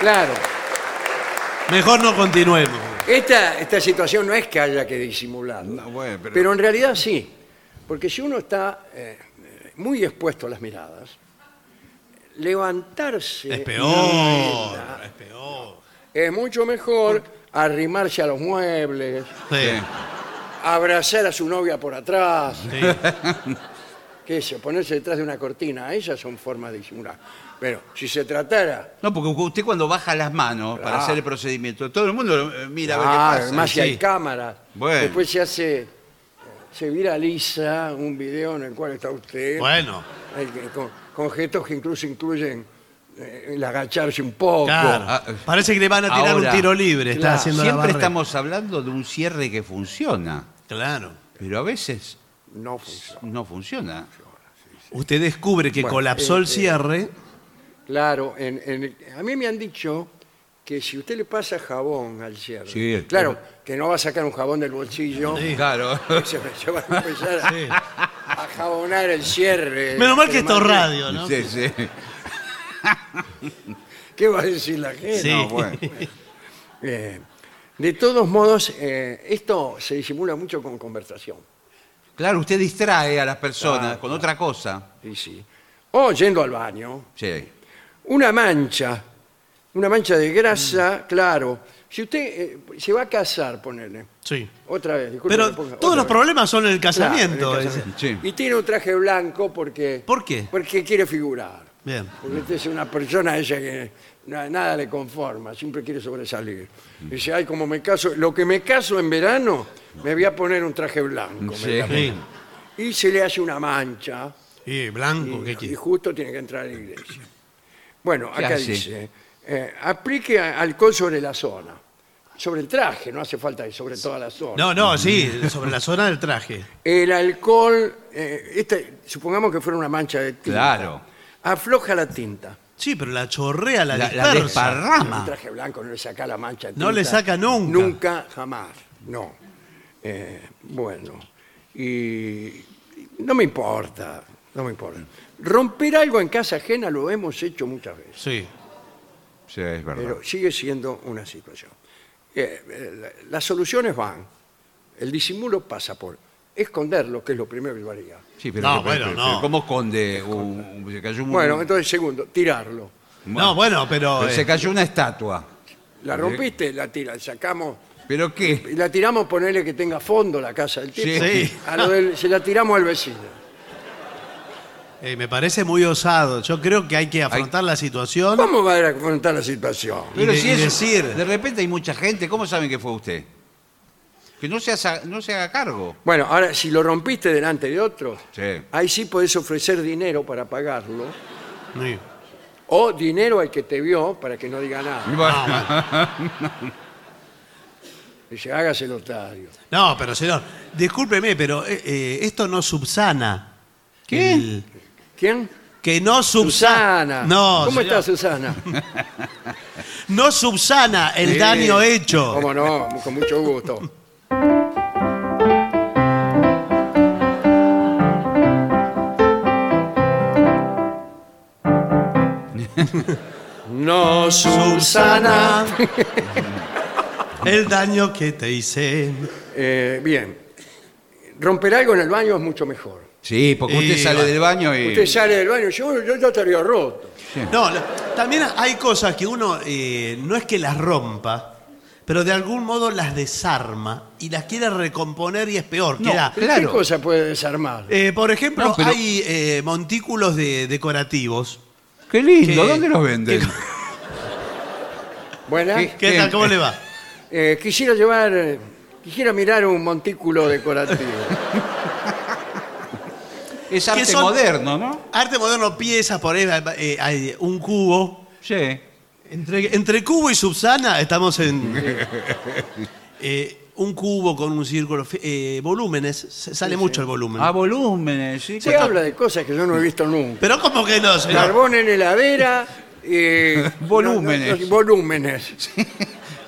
claro, Mejor no continuemos. esta, esta situación no es que haya que disimularla. No, bueno, pero... pero- en realidad sí. Porque si uno está eh, muy expuesto a las miradas, levantarse Es peor, es peor. es mucho mejor arrimarse a los muebles, Sí, abrazar a su novia por atrás. sí. <laughs> ¿Qué es eso? Ponerse detrás de una cortina. Esas son formas de disimular. Pero si se tratara. No, porque usted cuando baja las manos Claro. Ah. para hacer el procedimiento, todo el mundo eh, mira Ah, a ver qué pasa. además, si hay sí. cámaras. Bueno. Después se hace. Se viraliza un video en el cual está usted. Bueno, hay que- con, con gestos que incluso incluyen eh, el agacharse un poco. claro. Parece que le van a tirar Ahora, un tiro libre. Está claro, haciendo la Siempre barrera. estamos hablando de un cierre que funciona, Claro. pero a veces No funciona. no funciona. Usted descubre que Bueno, colapsó el eh, eh, cierre. Claro, en- en- a mí me han dicho que si usted le pasa jabón al cierre, Sí. claro, que no va a sacar un jabón del bolsillo, <laughs> Sí. Claro. se, se va a empezar a- Sí. a jabonar el cierre. este Menos mal que esto es Pero, radio, ¿no? Sí, sí. ¿Qué va a decir la gente? Sí. No, bueno. Eh, de todos modos, eh, esto se disimula mucho con conversación. Claro, usted distrae a las personas con otra cosa. Sí, sí. O yendo al baño, Sí. una mancha, una mancha de grasa, Mm. claro. Si usted eh, se va a casar, ponele. Sí. Otra vez, disculpe. Pero que ponga todos otra los vez. problemas son en el Claro, en el casamiento. es- casamiento. Sí. Y tiene un traje blanco porque. ¿Por qué? Porque quiere figurar. Bien. Porque usted es una persona ella que na- nada le conforma, siempre quiere sobresalir. Dice, ay, como me caso, lo que me caso en verano, me voy a poner un traje blanco. me voy a Sí. Sí. poner. Y se le hace una mancha Y blanco, ¿qué y, y quiere? justo tiene que entrar a la iglesia. Bueno, ¿Qué acá hace? dice, eh, aplique a- alcohol sobre la zona, sobre el traje, no hace falta que sobre toda la zona. No, no, sí, sobre la zona del traje. El alcohol, eh, este, supongamos que fuera una mancha de tinta. Claro. Afloja la tinta. Sí, pero la chorrea, la, La, la dispersa. El desparrama. traje blanco no le saca la mancha. de No le tinta. saca nunca. Nunca, jamás. No. Eh, bueno. Y no me importa. No me importa. Romper algo en casa ajena lo hemos hecho muchas veces. Sí. Sí, es verdad. Pero sigue siendo una situación. Eh, eh, la- las soluciones van. El disimulo pasa por esconderlo, que es lo primero que yo haría. Sí, pero, No, pero- bueno, pero- no. pero ¿Cómo esconde? un- un- se cayó un- Bueno, entonces, segundo, tirarlo. No, bueno, pero. pero eh, se cayó una estatua. La rompiste, la tira, sacamos, ¿Pero qué? la tiramos, ponerle que tenga fondo la casa del tipo. Sí. Sí. A lo del- se la tiramos al vecino. eh, me parece muy osado. Yo creo que hay que afrontar la situación. ¿Cómo va a ir a confrontar la situación? Pero de- si y es decir- de repente hay mucha gente, ¿cómo saben que fue usted? Que no se, haga- no se haga cargo. Bueno, ahora, si lo rompiste delante de otros, Sí. ahí sí podés ofrecer dinero para pagarlo, Sí. o dinero al que te vio para que no diga nada. Dice, hágase notario. No, pero señor, discúlpeme, pero eh, eh, esto no subsana. ¿Qué? El- ¿Quién? que no Susana. subsana. No, ¿Cómo señor, está Susana? no subsana el Sí. daño hecho. ¿Cómo no? Con mucho <laughs> gusto. No, Subsana <laughs> el daño que te hice. Eh, bien. Romper algo en el baño es mucho mejor. <laughs> Sí, porque usted Y sale bueno. del baño y... Usted sale del baño y dice, "Oh, yo ya estaría roto. No, la- también hay cosas que uno eh, no es que las rompa, pero de algún modo las desarma y las quiere recomponer y es peor. No, queda- claro. ¿Qué cosa puede desarmar? Eh, por ejemplo, No, pero- hay eh, montículos de, decorativos. Qué lindo, que- ¿dónde los venden? que- Buena. ¿Qué? ¿Qué tal? Bien. ¿Cómo le va? Eh, quisiera llevar, eh, quisiera mirar un montículo decorativo. <laughs> Es arte son- moderno, ¿no? Arte moderno, piezas, por ahí eh, hay un cubo. Sí. Entre, entre cubo y subsana estamos en... Eh, un cubo con un círculo, fi- eh, volúmenes, se- sale mucho el volumen. A volúmenes, sí. Se habla de cosas que yo no he visto nunca. Pero ¿cómo que no, señor? Carbón en heladera. eh, Volúmenes. no, no, no, volúmenes.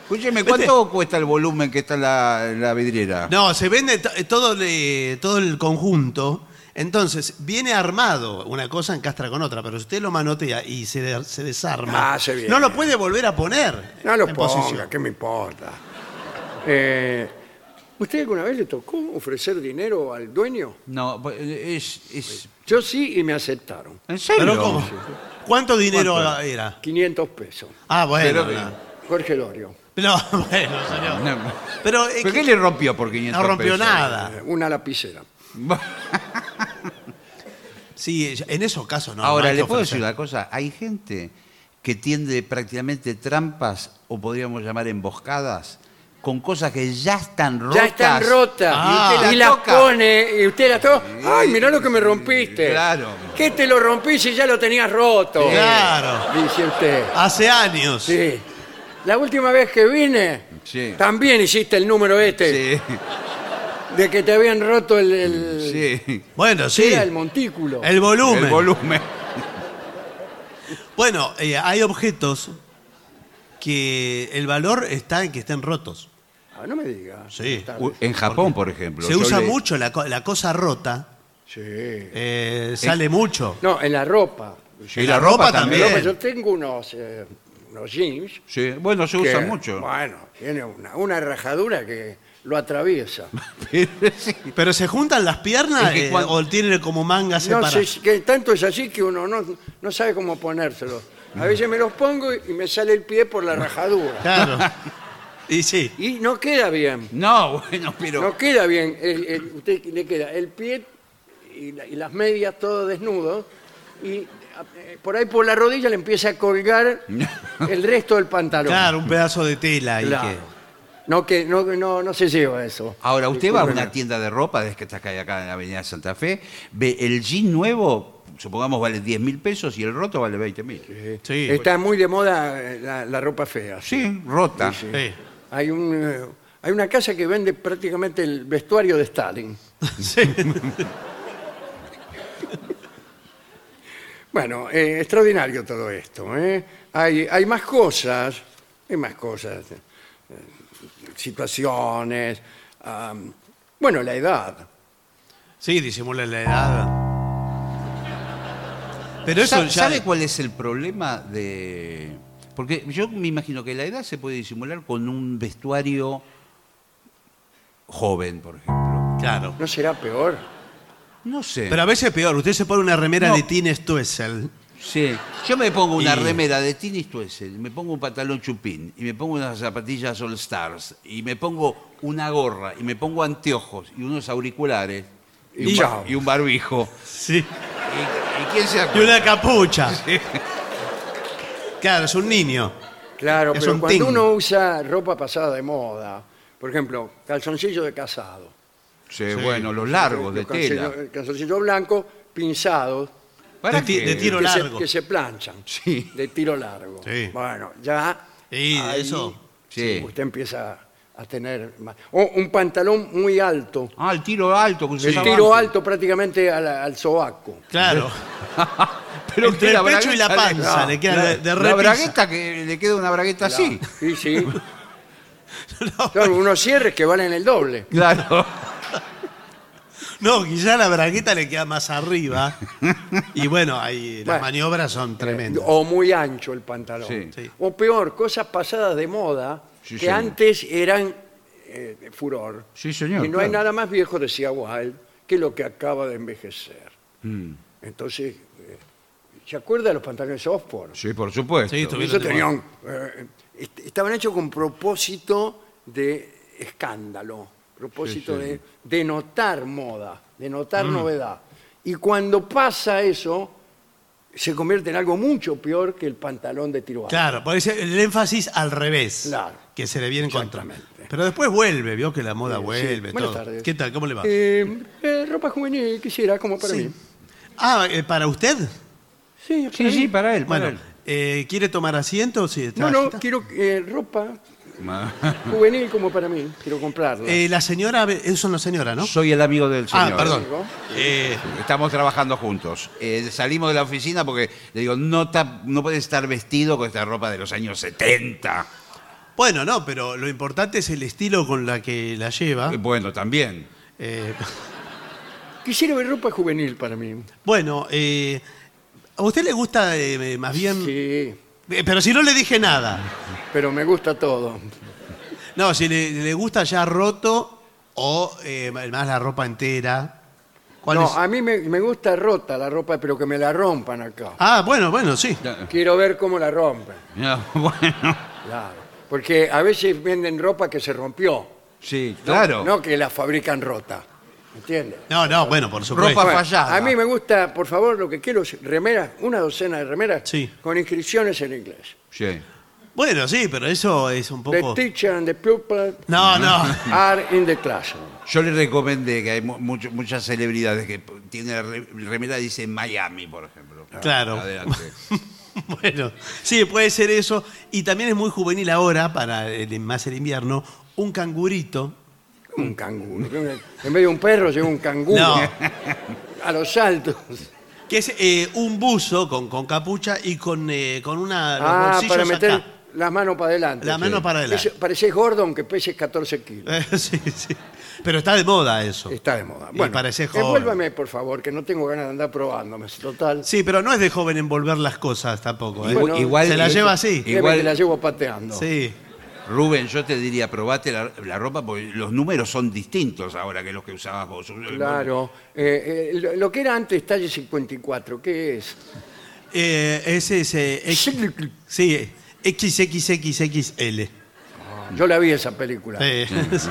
Escúcheme, ¿cuánto cuesta el volumen que está en la, la vidriera? No, se vende to- eh, todo, el- todo el conjunto. Entonces, viene armado. Una cosa encastra con otra, pero si usted lo manotea y se, de- se desarma, Ah, se viene. no lo puede volver a poner No lo en ponga, posición. ¿qué me importa? Eh, ¿Usted alguna vez le tocó ofrecer dinero al dueño? No, pues, eh, es, es- Yo sí y me aceptaron. ¿En serio? Pero ¿cómo? ¿Cuánto dinero ¿Cuánto? era? 500 pesos. Ah, bueno. Pero- no. Jorge Lorio. No, <laughs> bueno, señor. No, no. Pero, eh, ¿Pero que- qué le rompió por 500 no rompió pesos? nada. eh, Una lapicera. <laughs> Sí, en esos casos no. no Ahora, hay ¿le que puedo decir ofrecer. una cosa? Hay gente que tiende prácticamente trampas, o podríamos llamar emboscadas, con cosas que ya están rotas. Ya están rotas. Ah. y usted las Y la toca. pone y usted las toca. ¡Ay, mirá lo que me rompiste! Claro. ¿Qué te lo rompí si ya lo tenías roto? Claro. Dice usted. Hace años. Sí. La última vez que vine, Sí. también hiciste el número este Sí, de que te habían roto el, el- sí. Bueno, sí. Era el montículo. El volumen. El volumen. Bueno, eh, hay objetos que el valor está en que estén rotos. Ah, no me digas. Sí. U- En Japón, por ejemplo. Se yo usa le- mucho la, co- la cosa rota, Sí. eh, sale mucho. <laughs> No, en la ropa. Y la ropa también. Ropa, Yo tengo unos, eh, unos jeans. Sí, Bueno, se que, usa mucho. Bueno, tiene una, una rajadura que lo <laughs> atraviesa. Pero se juntan las piernas Es que eh, cuando- o tiene como manga No separada. sé, si- que tanto es así que uno no, no sabe cómo ponérselo. A veces me los pongo y y me sale el pie por la rajadura. Claro. y sí. Y no queda bien. No, bueno, pero... No queda bien. El- el- usted le queda el pie y, la- y las medias todo desnudo. Y a- eh, por ahí por la rodilla le empieza a <laughs> colgar el resto del pantalón. Claro, un pedazo de tela. ahí Claro. que- No, que, no, no, no se lleva eso. Ahora, usted va a Discúlpeme. una tienda de ropa, desde que está acá, acá en la Avenida Santa Fe, ve el jean nuevo, supongamos vale 10 mil pesos y el roto vale 20 mil. Sí. Está muy de moda eh, la, la ropa fea. pues. Sí, rota. Sí. Hay, un, eh, hay una casa que vende prácticamente el vestuario de Stalin. Sí. <laughs> Bueno, eh, extraordinario todo esto. ¿eh? Hay, hay más cosas, hay más cosas, eh, situaciones. am, bueno, la edad. Sí, disimula la edad. Pero eso Sa- ya. ¿Sabe cuál es el problema de...? Porque yo me imagino que la edad se puede disimular con un vestuario joven, por ejemplo. Claro. ¿No será peor? No sé. Pero a veces peor. Usted se pone una remera No. de Tines Tuesel. Sí. Yo me pongo una Y- remera de Tini Stuessel, me pongo un pantalón chupín, y me pongo unas zapatillas All Stars, y me pongo una gorra, y me pongo anteojos, y unos auriculares, Y un, ba- chao. y <laughs> un barbijo. Sí. ¿Y, y quién se Y acuerda? una capucha. Claro, es un niño. Claro, Es pero un cuando ting. uno usa ropa pasada de moda, por ejemplo, calzoncillo de casado. eh, Sí, bueno, los largos de tela. Calzoncillo, calzoncillo blanco, pinzados. ¿Para De ti- qué? de tiro que se- largo. que se planchan. Sí. De tiro largo. Sí. Bueno, ya. Y de ahí eso. Sí. Usted empieza a tener. más- O un pantalón muy alto. Ah, el tiro alto. Que se El usaba tiro antes. alto prácticamente al, al sobaco. Claro. Pero Entre que el pecho y la bragueta panza, no, le queda la- de- de La repisa. bragueta, que le queda una bragueta así. Sí, <laughs> sí. Son unos cierres que valen el doble. <laughs> Claro. No, quizá la bragueta le queda <laughs> más arriba. Y bueno, ahí las Bueno. Eh, oh, maniobras son tremendas. O muy ancho el pantalón. Sí. Sí. O peor, cosas pasadas de moda Sí, que señor. antes eran eh, de furor. Sí, señor, Y no hay claro. nada más viejo, Mm. decía Wilde, que lo que acaba de envejecer. Entonces, eh, ¿Se acuerda de los pantalones Oxford? Sí, por supuesto. Sí, tuvieron- Eso tenían, eh, est- estaban hechos con propósito de escándalo, propósito Sí, sí. de denotar moda, denotar novedad. Y cuando pasa eso, se convierte en algo mucho peor que el pantalón de tiro alto. Claro, porque es el énfasis al revés. Claro. Que se le viene contra. Exactamente. Pero después vuelve, vio que la moda Sí. vuelve. Buenas todo. tardes. ¿Qué tal? ¿Cómo le va? Eh, eh, ropa juvenil, quisiera, como para Sí. mí. Ah, eh, ¿para usted? Sí, Sí, sí, para él. para Bueno, eh, ¿quiere tomar asiento? Sí, está No, no, agitado. quiero eh, ropa él. Ma- <laughs> juvenil como para mí, quiero comprarla. Eh, la señora, es una señora, ¿no? Soy el amigo del señor. ah, perdón. Amigo. Eh, Estamos trabajando juntos. Eh, salimos de la oficina porque le digo, no, ta- no puedes estar vestido con esta ropa de los años 70. bueno, no, pero lo importante es el estilo con la que la lleva. Eh, Bueno, también. Eh, Quisiera ver ropa juvenil para mí. bueno, eh, ¿a usted le gusta eh, más bien...? Sí, Eh, pero si no le dije nada. pero me gusta todo. No, si le, le gusta ya roto o eh, más la ropa entera. ¿Cuál No, ah. es? a mí me, me gusta rota la ropa, pero que me la rompan acá. Ah, bueno, bueno, sí. Quiero ver cómo la rompen. No, <laughs> bueno, Claro. Porque a veces venden ropa que se rompió. sí, ¿no? claro. No que la fabrican rota. ¿Entiendes? No, no, bueno, por supuesto. Ropa fallada. A mí me gusta, por favor, lo que quiero es remeras, una docena de remeras Sí. con inscripciones en inglés. Sí. Bueno, sí, pero eso es un poco... The teacher and the pupil No, no. <laughs> are in the classroom. Yo le recomendé que hay mu- mucho- muchas celebridades que p- tienen la re- remera dice Miami, por ejemplo. Ah, Claro. <laughs> Adelante. Bueno, sí, puede ser eso. Y también es muy juvenil ahora, para el- más el invierno, un cangurito. Un canguro. En vez de un perro lleva un canguro. No. A los saltos. Uh. <laughs> Que es eh, un buzo con, con capucha y con, eh, con una. los Ah, bolsillos para meter acá. las manos para adelante. La mano para adelante. Eso- parecés gordo aunque peses 14 kilos. Eh, <laughs> sí, sí. Pero está de moda eso. Está de moda. Y Bueno, parecés joven. envuélvame, por favor, que no tengo ganas de andar probándome. Total. Sí, pero no es de joven envolver las cosas tampoco. ¿eh? Bueno, igual- se la lleva así. Debe igual- que la llevo pateando. Sí. Rubén, yo te diría, probate la, la ropa porque los números son distintos ahora que los que usabas vos. Claro. Eh, eh, lo- lo que era antes talle 54, ¿qué es? Eh, ese es. eh, X- sí, XXXXL. Yo la vi esa película. Eh, sí.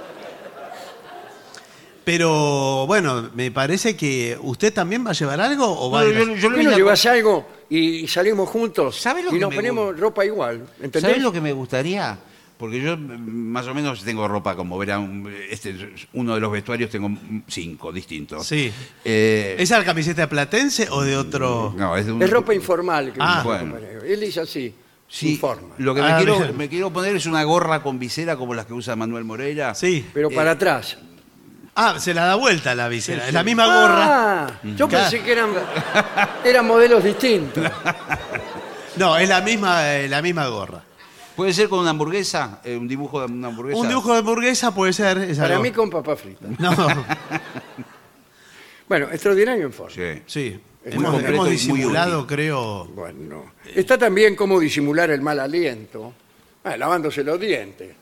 <laughs> Pero bueno, me parece que usted también va a llevar algo o va a ir a- yo ¿Por qué no llevas algo y salimos juntos ¿Sabes lo y que nos me ponemos gusta? ropa igual? ¿Entendés? ¿Sabes lo que me gustaría? Porque yo mm, más o menos tengo ropa, como verán, este, es uno de los vestuarios tengo mm, cinco distintos. Sí. Eh, ¿Esa camiseta platense o de otro? no, es, de un- Es ropa informal. Que Ah. usa, Bueno. compañero. Él dice así, Sí, informa. Lo que me, Ah, quiero, bien. me quiero poner es una gorra con visera como las que usa Manuel Moreira. Sí. Pero para atrás. Ah, se la da vuelta la visera. Es la misma gorra. Ah, Mm. yo pensé que eran, <laughs> eran modelos distintos. No, es la misma, eh, la misma gorra. Puede ser con una hamburguesa, eh, un dibujo de una hamburguesa. Un dibujo de hamburguesa puede ser. esa Para gorra. mí con papa frita. <laughs> No, Bueno, extraordinario informe. Sí. sí. Es muy hemos, completo hemos y muy disimulado, útil. creo. Bueno, está también cómo disimular el mal aliento, ah, lavándose los dientes.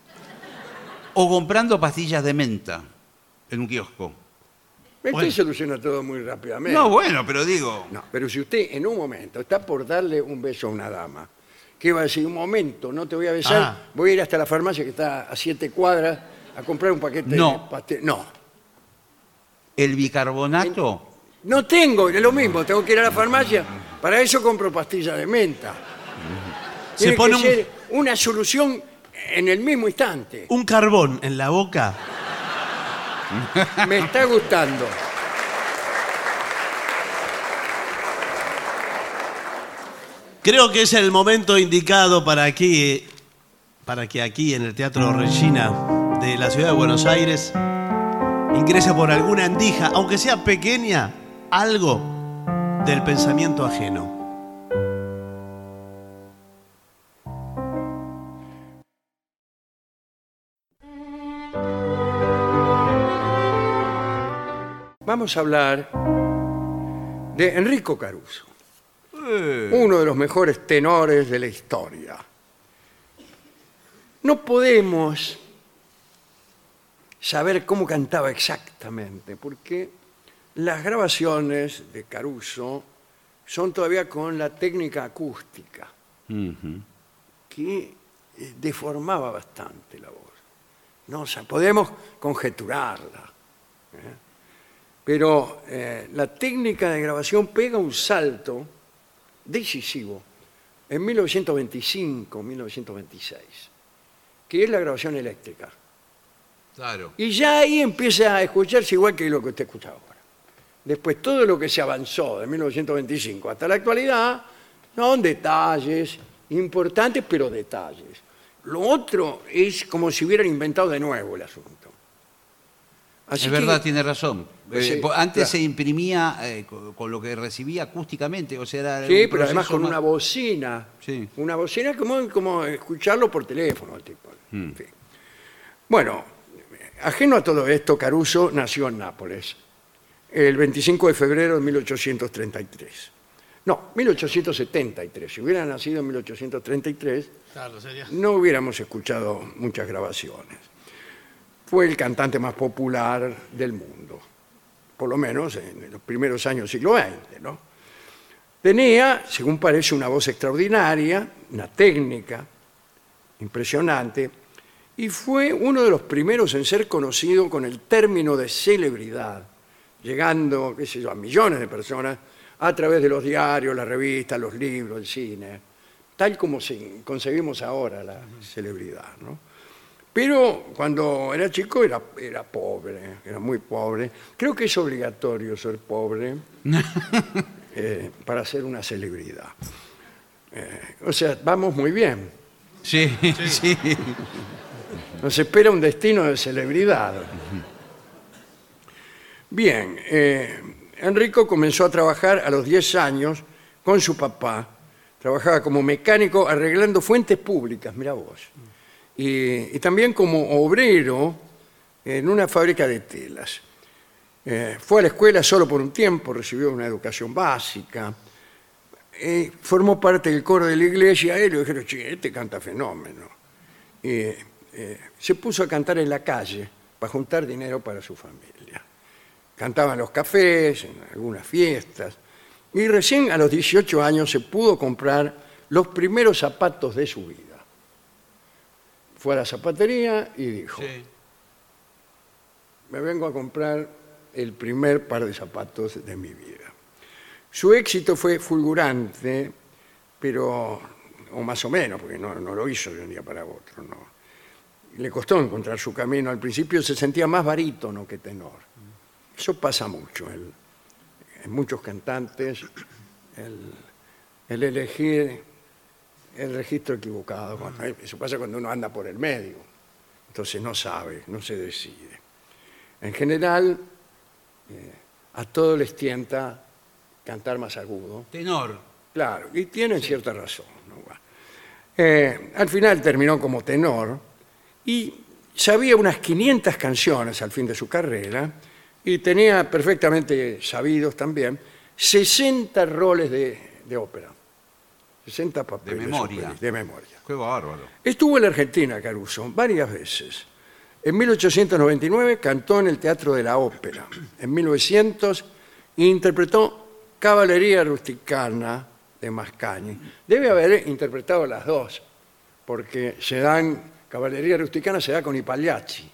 O comprando pastillas de menta en un kiosco. Usted Bueno. soluciona todo muy rápidamente. No, bueno, pero digo. No, pero si usted en un momento está por darle un beso a una dama, que va a decir, un momento, no te voy a besar, Ah. voy a ir hasta la farmacia que está a siete cuadras a comprar un paquete No. de pastel. No, El bicarbonato. no tengo, es lo mismo, tengo que ir a la farmacia, para eso compro pastilla de menta. Se Tiene pone que un- ser una solución en el mismo <laughs> instante. Un carbón en la boca. Me está gustando. Creo que es el momento indicado para aquí, eh, para que aquí en el Teatro Regina de la Ciudad de Buenos Aires ingrese por alguna andija, aunque sea pequeña, algo del pensamiento ajeno. Vamos a hablar de Enrico Caruso, Eh, uno de los mejores tenores de la historia. No podemos saber cómo cantaba exactamente, porque las grabaciones de Caruso son todavía con la técnica acústica, Ujú. que eh, deformaba bastante la voz. No, o sea, podemos conjeturarla. ¿eh? Pero eh, la técnica de grabación pega un salto decisivo en 1925-1926, que es la grabación eléctrica. Claro. Y ya ahí empieza a escucharse igual que lo que usted escucha ahora. Después, todo lo que se avanzó de 1925 hasta la actualidad son detalles importantes, pero detalles. Lo otro es como si hubieran inventado de nuevo el asunto. Así es que- verdad, tiene razón. Eh, Sí, po- antes claro. se imprimía eh, co- con, lo que recibía acústicamente, o sea, era Sí, un pero además proceso con más- una bocina. Sí. Una bocina como, como escucharlo por teléfono. Tipo. Mm. En fin. Bueno, ajeno a todo esto, Caruso nació en Nápoles el 25 de febrero de 1833. No, 1873. Si hubiera nacido en 1833, Claro, sería. no hubiéramos escuchado muchas grabaciones. Fue el cantante más popular del mundo, por lo menos en los primeros años del siglo XX. ¿no? Tenía, según parece, una voz extraordinaria, una técnica impresionante, y fue uno de los primeros en ser conocido con el término de celebridad, llegando qué sé yo, a millones de personas a través de los diarios, las revistas, los libros, el cine, tal como se- concebimos ahora la celebridad. ¿no? Pero cuando era chico era, era pobre, era muy pobre. Creo que es obligatorio ser pobre eh, para ser una celebridad. Eh, o sea, vamos muy bien. Sí, sí. Nos espera un destino de celebridad. Bien, eh, Enrico comenzó a trabajar a los 10 años con su papá. Trabajaba como mecánico arreglando fuentes públicas, mira vos. Y, y también como obrero en una fábrica de telas. Eh, fue a la escuela solo por un tiempo, recibió una educación básica. Eh, formó parte del coro de la iglesia y le dijeron, che, este canta fenómeno y eh, se puso a cantar en la calle para juntar dinero para su familia. Cantaba en los cafés, en algunas fiestas, y recién a los 18 años se pudo comprar los primeros zapatos de su vida. Fue a la zapatería y dijo, Sí. me vengo a comprar el primer par de zapatos de mi vida. Su éxito fue fulgurante, pero, o más o menos, porque no, no lo hizo de un día para otro, no. Le costó encontrar su camino. Al principio se sentía más barítono que tenor. Eso pasa mucho. el- en muchos cantantes, el, el elegir el registro equivocado. Cuando- Eso pasa cuando uno anda por el medio. Entonces no sabe, no se decide. En general, eh, a todos les tienta cantar más agudo. Tenor. Claro, y tienen cierta razón. ¿no? Eh, al final terminó como tenor y sabía unas 500 canciones al fin de su carrera y tenía perfectamente sabidos también 60 roles de, de ópera. 60 papeles. memoria. papeles, De memoria. Qué bárbaro. Estuvo en la Argentina, Caruso, varias veces. En 1899 cantó en el Teatro de la Ópera. En 1900 interpretó Caballería Rusticana de Mascagni. Debe haber interpretado las dos, porque se dan, Caballería Rusticana se da con I Pagliacci,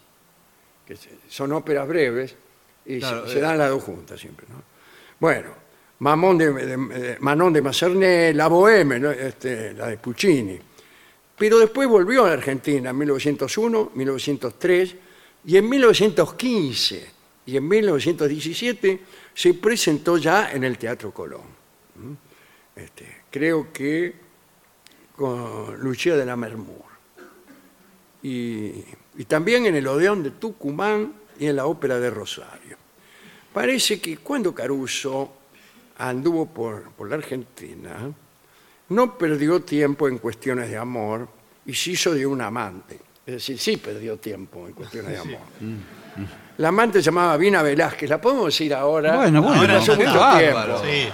que se- son óperas breves y se- Claro, se, eh. dan las dos juntas siempre. ¿no? Bueno, Mamón de, de- de- Manon de Macerné, La Bohème, ¿no? Este, la de Puccini. Pero después volvió a la Argentina en 1901, 1903 y en 1915 y en 1917 se presentó ya en el Teatro Colón. ¿Mm? Este, creo que con Lucía de la Mermur. Y, y también en el Odeón de Tucumán y en la Ópera de Rosario. Parece que cuando Caruso anduvo por, por la Argentina, no perdió tiempo en cuestiones de amor y se hizo de un amante. Es decir, sí perdió tiempo en cuestiones de amor. Mm, La amante se llamaba Vina Velázquez, la podemos decir ahora. Bueno, bueno, Ahora hace qué mucho bárbaro. tiempo. Sí.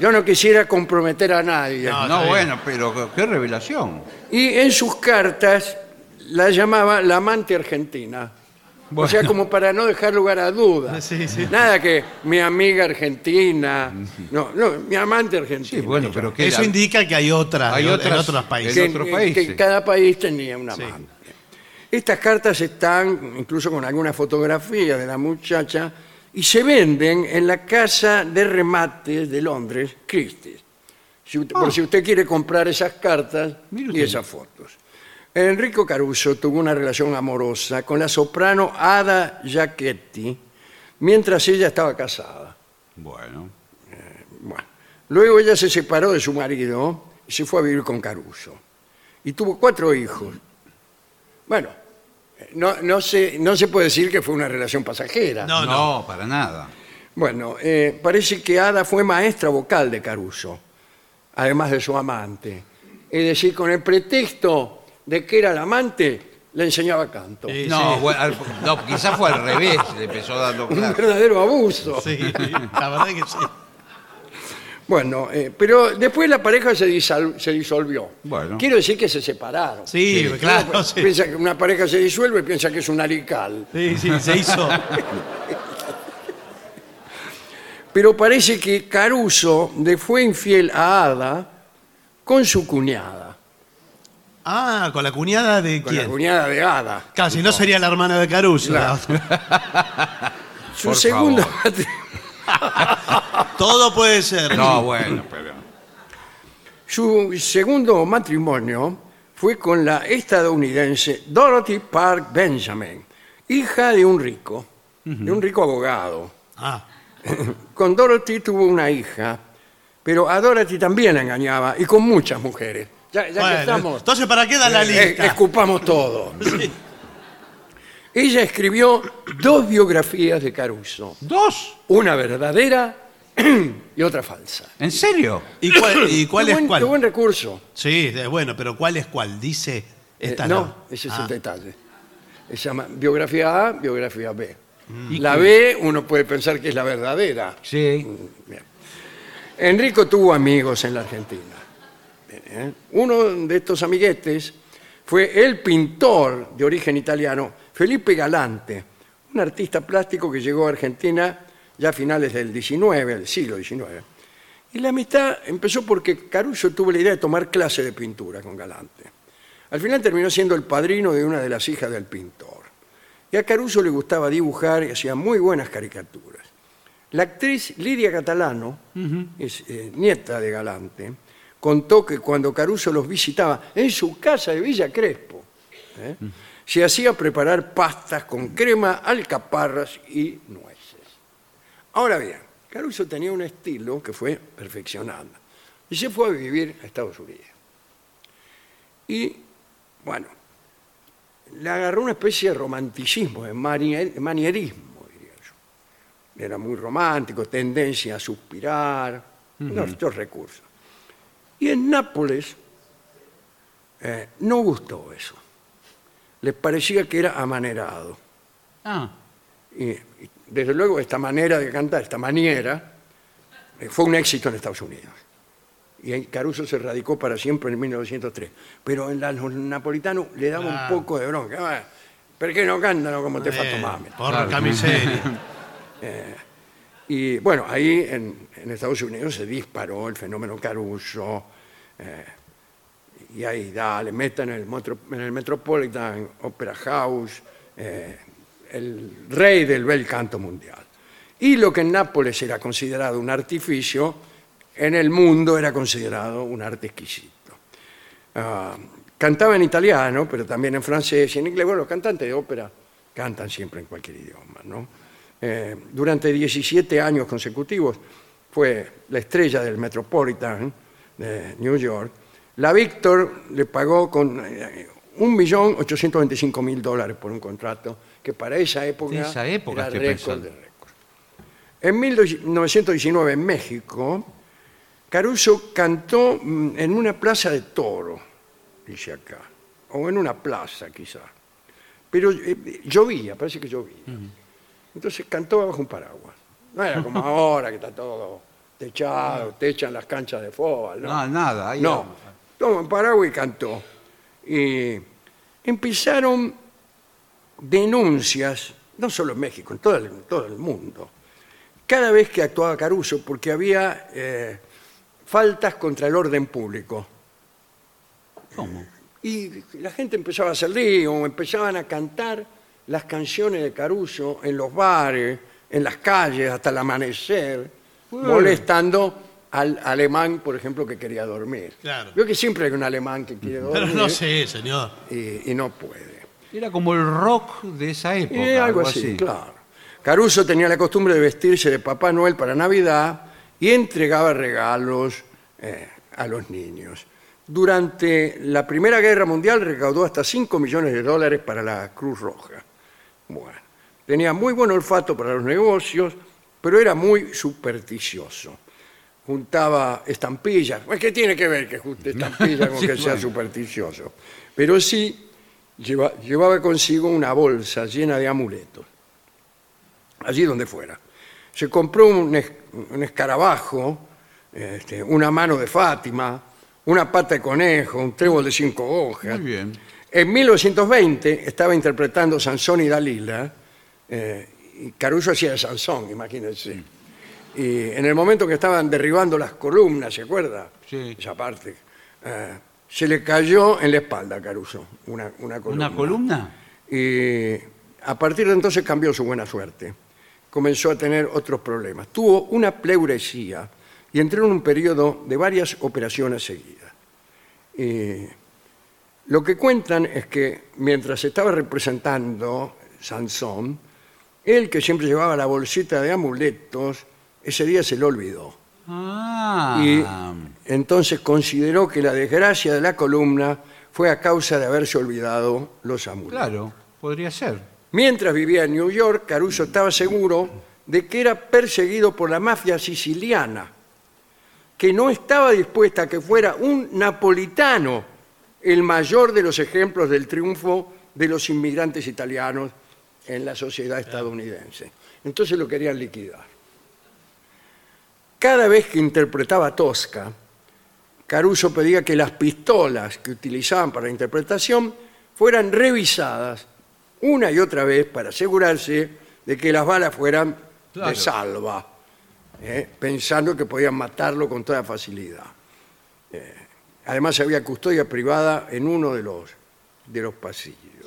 Yo no quisiera comprometer a nadie. No, No, está bien. bueno, pero qué- qué revelación. Y en sus cartas la llamaba la amante argentina. O sea, como para no dejar lugar a dudas. Sí, sí. Nada que mi amiga argentina, no, no, mi amante argentina. Sí, bueno, pero que Eso la- indica que hay otras, Hay en- en otras- otros países. que, en otros que- países. que cada país tenía una Sí. mano. Estas cartas están incluso con alguna fotografía de la muchacha y se venden en la casa de remates de Londres, Christie's. Si ut- Por si usted quiere comprar esas cartas Ah. Mire y usted. esas fotos. Enrico Caruso tuvo una relación amorosa con la soprano Ada Giacchetti mientras ella estaba casada. Bueno. Bueno, luego ella se separó de su marido y se fue a vivir con Caruso. Y tuvo cuatro hijos. Bueno, eh, no, no, se, no se puede decir que fue una relación pasajera. No, No, no. para nada. Bueno, eh, parece que Ada fue maestra vocal de Caruso, además de su amante. Es decir, con el pretexto de que era el amante, le enseñaba canto. Sí, No, sí. bueno, al- no, quizás fue al revés, le empezó dando Un clases. verdadero abuso. Sí, la verdad que sí. Bueno, eh, pero después la pareja se, disol- se disolvió. Bueno. Quiero decir que se separaron. Sí, Sí. claro. Uno Sí. Piensa que una pareja se disuelve y piensa que es un alical. sí, sí, se hizo. Pero parece que Caruso le fue infiel a Ada con su cuñada. Ah, con la cuñada de Con la quién. cuñada de Ada. Casi, no sería la hermana de Caruso. la otra. Su Por segundo favor. matri- Todo puede ser. No, bueno, pero. su segundo matrimonio fue con la estadounidense Dorothy Park Benjamin, hija de un rico, de un rico abogado. Ah, Con Dorothy tuvo una hija, pero a Dorothy también la engañaba y con muchas mujeres. Ya, ya que bueno. estamos. Entonces, ¿para qué da la Eh, lista? escupamos todo. Ella escribió dos biografías de Caruso, ¿Dos? una verdadera <clears throat> y otra falsa. ¿En serio? ¿Y cuál, y cuál Qué es buen, cuál? qué buen recurso. Sí, de- bueno, pero ¿cuál es cuál? Dice. Eh, Esta no, no. ese es Ah, el detalle. Se llama biografía A, biografía B. Mm. ¿Y La qué? B uno puede pensar que es la verdadera. Sí. Enrico tuvo amigos en la Argentina. Eh, Uno de estos amiguetes fue el pintor de origen italiano Felipe Galante, un artista plástico que llegó a Argentina ya a finales del 19, del siglo XIX. Y la amistad empezó porque Caruso tuvo la idea de tomar clase de pintura con Galante. Al final terminó siendo el padrino de una de las hijas del pintor. Y a Caruso le gustaba dibujar y hacía muy buenas caricaturas. La actriz Lidia Catalano, es eh, nieta de Galante, contó que cuando Caruso los visitaba en su casa de Villa Crespo, ¿eh? se hacía preparar pastas con crema, alcaparras y nueces. Ahora bien, Caruso tenía un estilo que fue perfeccionando y se fue a vivir a Estados Unidos. Y, bueno, le agarró una especie de romanticismo, de manier- manierismo, diría yo era muy romántico, tendencia a suspirar, unos- estos recursos. Y en Nápoles eh, no gustó eso. Les parecía que era amanerado. Ah. Y, y, desde luego esta manera de cantar, esta manera, eh, fue un éxito en Estados Unidos. Y en Caruso se radicó para siempre en 1903. Pero en la- los napolitanos le daba Ah. un poco de bronca. Ah, ¿Por qué no cantan como te eh, fato mami? Por Claro. <laughs> camiseta. Y bueno, ahí en, en Estados Unidos se disparó el fenómeno Caruso. eh, y ahí, dale, metan en el, motro- en el Metropolitan Opera House, eh, el rey del bel canto mundial. Y lo que en Nápoles era considerado un artificio, en el mundo era considerado un arte exquisito. Ah, cantaba en italiano, pero también en francés y en inglés. Bueno, los cantantes de ópera cantan siempre en cualquier idioma, ¿no? Eh, durante 17 años consecutivos fue la estrella del Metropolitan de New York. La Victor le pagó con eh, 1.825.000 dólares por un contrato que para esa época, De esa era época estoy récord de pensando. récord. En 1919 en México, Caruso cantó mm, en una plaza de toro, dice acá, o en una plaza quizá. Pero eh, llovía, parece que llovía. Entonces cantó bajo un paraguas. No era como ahora que está todo techado, te echan las canchas de fútbol. No, Ah. No, nada, ahí no. Toma un paraguas y cantó. Y empezaron denuncias, no solo en México, en todo el, en todo el mundo, cada vez que actuaba Caruso, porque había eh, faltas contra el orden público. ¿Cómo? Y la gente empezaba a salir o empezaban a cantar las canciones de Caruso en los bares, en las calles, hasta el amanecer, molestando al alemán, por ejemplo, que quería dormir. Claro. Veo que siempre hay un alemán que quiere dormir Pero no sé, señor. y, y no puede. Era como el rock de esa época. Eh, algo así, claro. Caruso tenía la costumbre de vestirse de Papá Noel para Navidad y entregaba regalos eh, a los niños. Durante la Primera Guerra Mundial recaudó hasta 5 millones de dólares para la Cruz Roja. Bueno, tenía muy buen olfato para los negocios, pero era muy supersticioso. Juntaba estampillas. Pues, ¿Qué tiene que ver que junte estampillas con <laughs> Sí, que sea bueno. supersticioso? Pero sí lleva- llevaba consigo una bolsa llena de amuletos allí donde fuera. Se compró un, es- un escarabajo, este, una mano de Fátima, una pata de conejo, un trébol de cinco hojas. Muy bien. En 1920 estaba interpretando Sansón y Dalila, eh, y Caruso hacía de Sansón, imagínense. Y en el momento que estaban derribando las columnas, ¿se acuerda? Sí. Esa parte. eh, se le cayó en la espalda a Caruso, una, una columna. ¿Una columna? Y Eh, a partir de entonces cambió su buena suerte. Comenzó a tener otros problemas. Tuvo una pleuresía y entró en un periodo de varias operaciones seguidas. Eh, lo que cuentan es que mientras estaba representando Sansón, él que siempre llevaba la bolsita de amuletos, ese día se lo olvidó. Ah. Y entonces consideró que la desgracia de la columna fue a causa de haberse olvidado los amuletos. Claro, podría ser. Mientras vivía en New York, Caruso estaba seguro de que era perseguido por la mafia siciliana, que no estaba dispuesta a que fuera un napolitano el mayor de los ejemplos del triunfo de los inmigrantes italianos en la sociedad estadounidense. Entonces lo querían liquidar. Cada vez que interpretaba Tosca, Caruso pedía que las pistolas que utilizaban para la interpretación fueran revisadas una y otra vez para asegurarse de que las balas fueran de Claro. salva, ¿eh? pensando que podían matarlo con toda facilidad. Eh, además había custodia privada en uno de los, de los pasillos.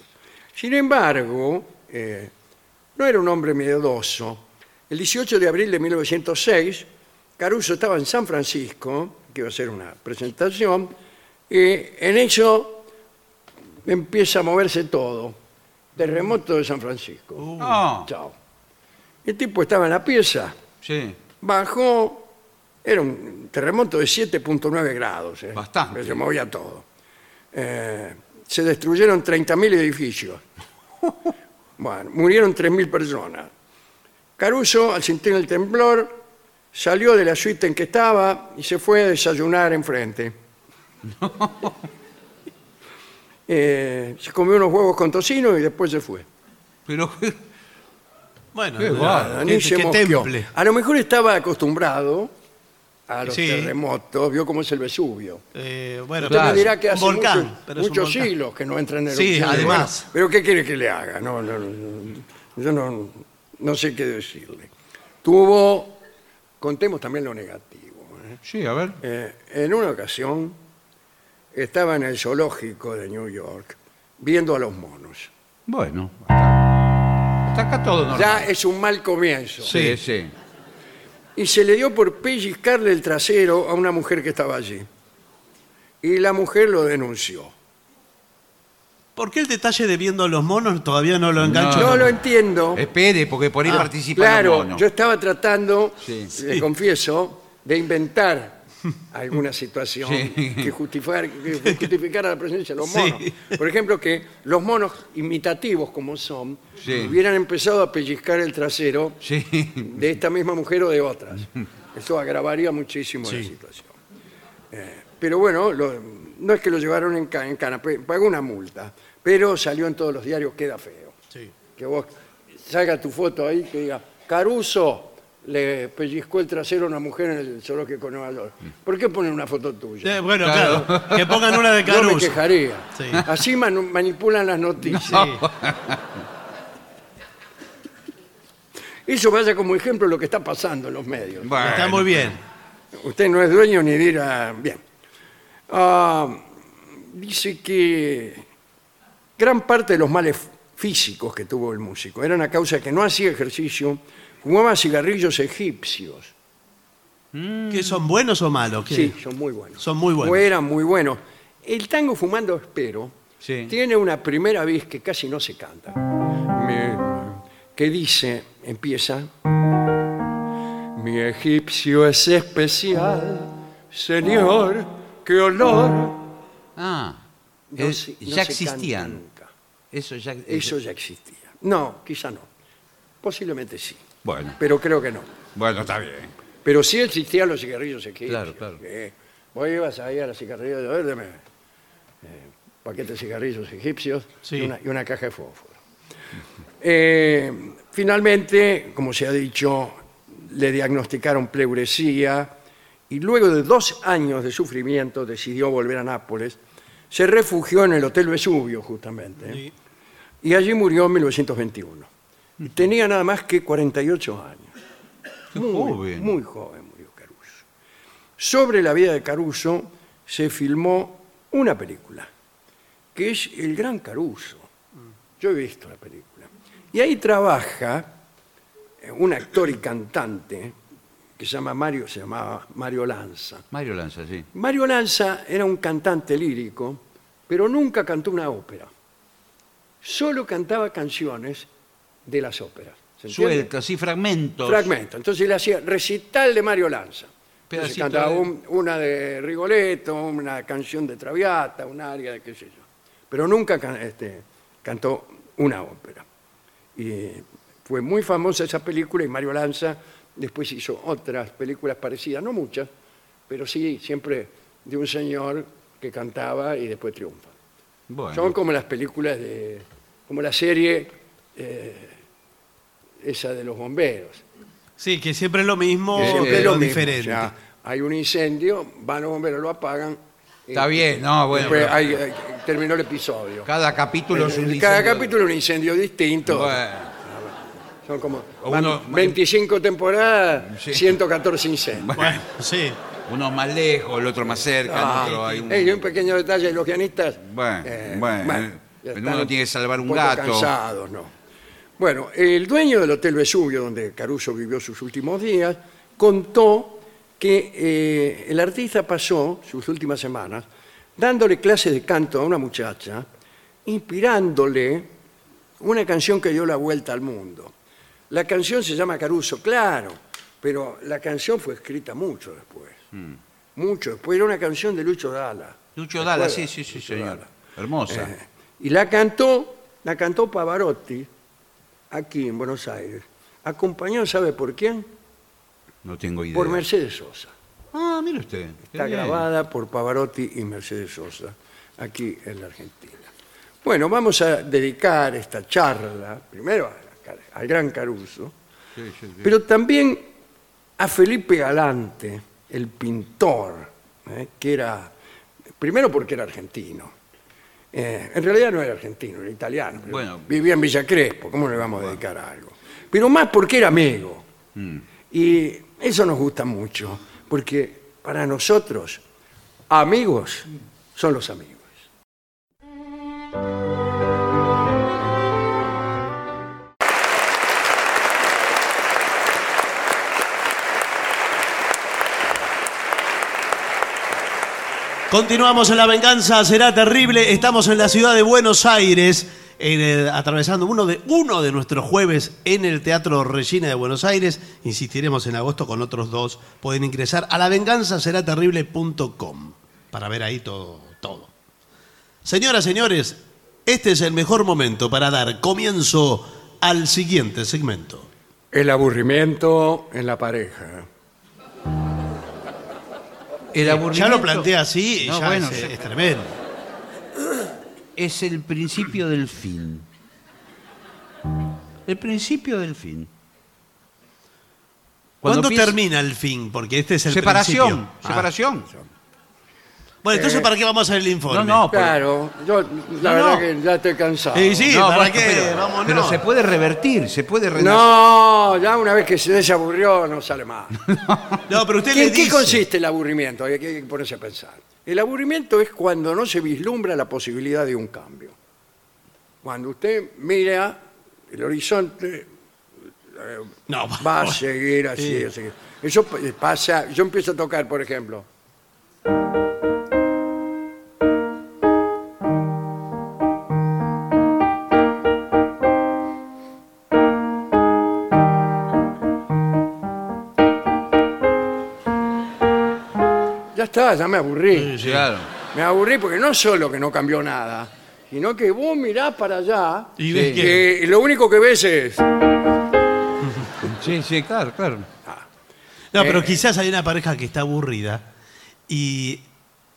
Sin embargo, eh, no era un hombre miedoso. El 18 de abril de 1906, Caruso estaba en San Francisco, que iba a hacer una presentación, y en eso empieza a moverse todo. Terremoto de San Francisco. Ah, Chao. El tipo estaba en la pieza, sí. bajó, era un terremoto de 7.9 grados. ¿eh? Bastante. Se movía todo. Eh, se destruyeron 30.000 edificios. Bueno, murieron 3.000 personas. Caruso, al sentir el temblor, salió de la suite en que estaba y se fue a desayunar enfrente. Eh, se comió unos huevos con tocino y después se fue. Pero <laughs> Bueno, Qué no, bárbaro, qué, Ni se qué mosqueó. temple. A lo mejor estaba acostumbrado a los Sí. terremotos, vio cómo es el Vesubio. Eh, bueno, Usted Claro. me dirá que hace un volcán, mucho- pero es un muchos volcán. siglos que no entra en el Sí, océano. además. Bueno, Pero ¿qué quiere que le haga? No, no, no, yo no, no sé qué decirle. Tuvo, contemos también lo negativo. ¿eh? sí, a ver. Eh, en una ocasión estaba en el zoológico de New York viendo a los monos. Bueno. Hasta, hasta acá todo normal. Ya eh, es un mal comienzo. Sí, sí. y se le dio por pellizcarle el trasero a una mujer que estaba allí. Y la mujer lo denunció. ¿Por qué el detalle de viendo a los monos todavía no lo Ah, engancho? No lo entiendo. Espere, porque por ahí participa Claro, los monos. yo estaba tratando, Sí. le confieso, de inventar <laughs> alguna situación Sí. que, justificar, que justificara la presencia de los Sí. monos. Por ejemplo, que los monos imitativos como son, Sí. hubieran empezado a pellizcar el trasero <laughs> Sí. de esta misma mujer o de otras. Eso agravaría muchísimo la situación. Eh, pero bueno, lo- no es que lo llevaron en, ca- en cana, pe- pagó una multa, pero salió en todos los diarios, queda feo. Sí. Que vos salga tu foto ahí que diga, Caruso le pellizcó el trasero a una mujer en el zoológico de Nueva York. ¿Por qué ponen una foto tuya? Eh, bueno, claro. Claro. Que pongan una de Yo me Caruso. quejaría. Sí. Así manu- manipulan las noticias. Sí. <laughs> Eso vaya como ejemplo de lo que está pasando en los medios. Está muy bien. Usted no es dueño ni dirá. Bien. Ah, dice que gran parte de los males físicos que tuvo el músico eran a causa de que no hacía ejercicio, fumaba cigarrillos egipcios. ¿Que son buenos o malos? ¿Qué? Sí, son muy buenos. Son muy buenos. O eran muy buenos. El tango Fumando Espero Sí. tiene una primera vez que casi no se canta. Me- que dice, empieza. Mi egipcio es especial, señor, qué olor. Ah, No es- se- no ya se existían. canta nunca. Eso ya. Eso ya existía. No, quizá no. Posiblemente sí, Bueno, pero creo que no. bueno, está bien. Pero sí existían los cigarrillos egipcios. Claro, claro. Eh, vos ibas ahí a la cigarrería de ver, deme, eh, paquete de cigarrillos egipcios Sí. y, una, y una caja de fósforo. Eh, finalmente, como se ha dicho, le diagnosticaron pleuresía y luego de dos años de sufrimiento decidió volver a Nápoles. Se refugió en el Hotel Vesubio, justamente. Sí. Y allí murió en 1921. Tenía nada más que 48 años. Qué Muy, joven. muy joven murió Caruso. Sobre la vida de Caruso se filmó una película, que es El Gran Caruso. Yo he visto la película. Y ahí trabaja eh, un actor y cantante que se llama Mario, se llamaba Mario Lanza. Mario Lanza, sí. Mario Lanza era un cantante lírico, pero nunca cantó una ópera. Solo cantaba canciones de las óperas. ¿Se entiende? Suelta, sí, fragmentos. Fragmento. Entonces le hacía recital de Mario Lanza. Entonces Pedacito cantaba de- un- una de Rigoletto, una canción de Traviata, un aria de qué sé yo. Pero nunca can- este, cantó una ópera. Y fue muy famosa esa película y Mario Lanza después hizo otras películas parecidas, no muchas, pero sí siempre de un señor que cantaba y después triunfa. Bueno. Son como las películas de. como la serie eh, esa de los bomberos. Sí, que siempre es lo mismo, Que siempre pero es lo mismo, diferente. o sea, hay un incendio, van los bomberos, lo apagan. Está eh, bien, no, bueno. después pero hay- hay- terminó el episodio. Cada capítulo es un Eh, Cada diseño. capítulo un incendio distinto. Bueno, Son como O van uno- 25 temporadas, Sí. 114 incendios. Bueno, sí. uno más lejos, el otro más cerca, Ah, el otro hay un. eh, y un pequeño detalle, los guionistas. Bueno, bueno, Eh, ya pero están uno tiene que salvar un poco gato. cansados, ¿no? Bueno, el dueño del Hotel Vesubio, donde Caruso vivió sus últimos días, contó que eh, el artista pasó sus últimas semanas dándole clases de canto a una muchacha, inspirándole una canción que dio la vuelta al mundo. La canción se llama Caruso, claro, pero la canción fue escrita mucho después. Mm. Mucho después. Era una canción de Lucho Dalla. Lucho Dala, sí, acuerdas? sí, sí, Lucho señor. Dalla. Hermosa. Eh, y la cantó, la cantó Pavarotti aquí en Buenos Aires. Acompañado, ¿sabe por quién? No tengo idea. Por Mercedes Sosa. Ah, mire usted. qué Está bien. grabada por Pavarotti y Mercedes Sosa aquí en la Argentina. Bueno, vamos a dedicar esta charla primero a- al gran Caruso, Sí, sí, sí. pero también a Felipe Galante, el pintor, ¿eh? que era, primero porque era argentino, Eh, en realidad no era argentino, era italiano, pero Bueno. vivía en Villa Crespo, ¿cómo le vamos a dedicar a algo? Pero más porque era amigo, Mm. y eso nos gusta mucho, porque para nosotros, amigos son los amigos. Continuamos en La Venganza Será Terrible. Estamos en la ciudad de Buenos Aires, en el- atravesando uno de, uno de nuestros jueves en el Teatro Regina de Buenos Aires. Insistiremos en agosto con otros dos. Pueden ingresar a lavenganzaseraterrible.com para ver ahí todo, todo. Señoras, señores, este es el mejor momento para dar comienzo al siguiente segmento. El aburrimiento en la pareja. El Ya aburrimiento lo plantea así y No, ya bueno, es, ya- es tremendo. es el principio del fin. El principio del fin. ¿Cuándo piensa- termina el fin? Porque este es el separación, principio. Ah. separación. Bueno, entonces, Eh, ¿para qué vamos a hacer el informe? No, no. Claro, yo la Ah, No, verdad no. que ya estoy cansado. Eh, sí, No, ¿para bueno, qué? Pero, Vámonos. pero se puede revertir, se puede revertir. No, ya una vez que se desaburrió no sale <laughs> más. No, pero usted ¿En le qué dice. consiste el aburrimiento? Hay que hay que ponerse a pensar. El aburrimiento es cuando no se vislumbra la posibilidad de un cambio. Cuando usted mira el horizonte, No, va- <laughs> va a seguir así, Sí. así. Eso pa- pasa, yo empiezo a tocar, por ejemplo. Ya está, ya me aburrí. Claro. Me aburrí porque no solo que no cambió nada, sino que vos mirás para allá ¿Y ves Sí. qué? y lo único que ves es... Sí, sí, claro, claro. No, pero Eh. quizás hay una pareja que está aburrida y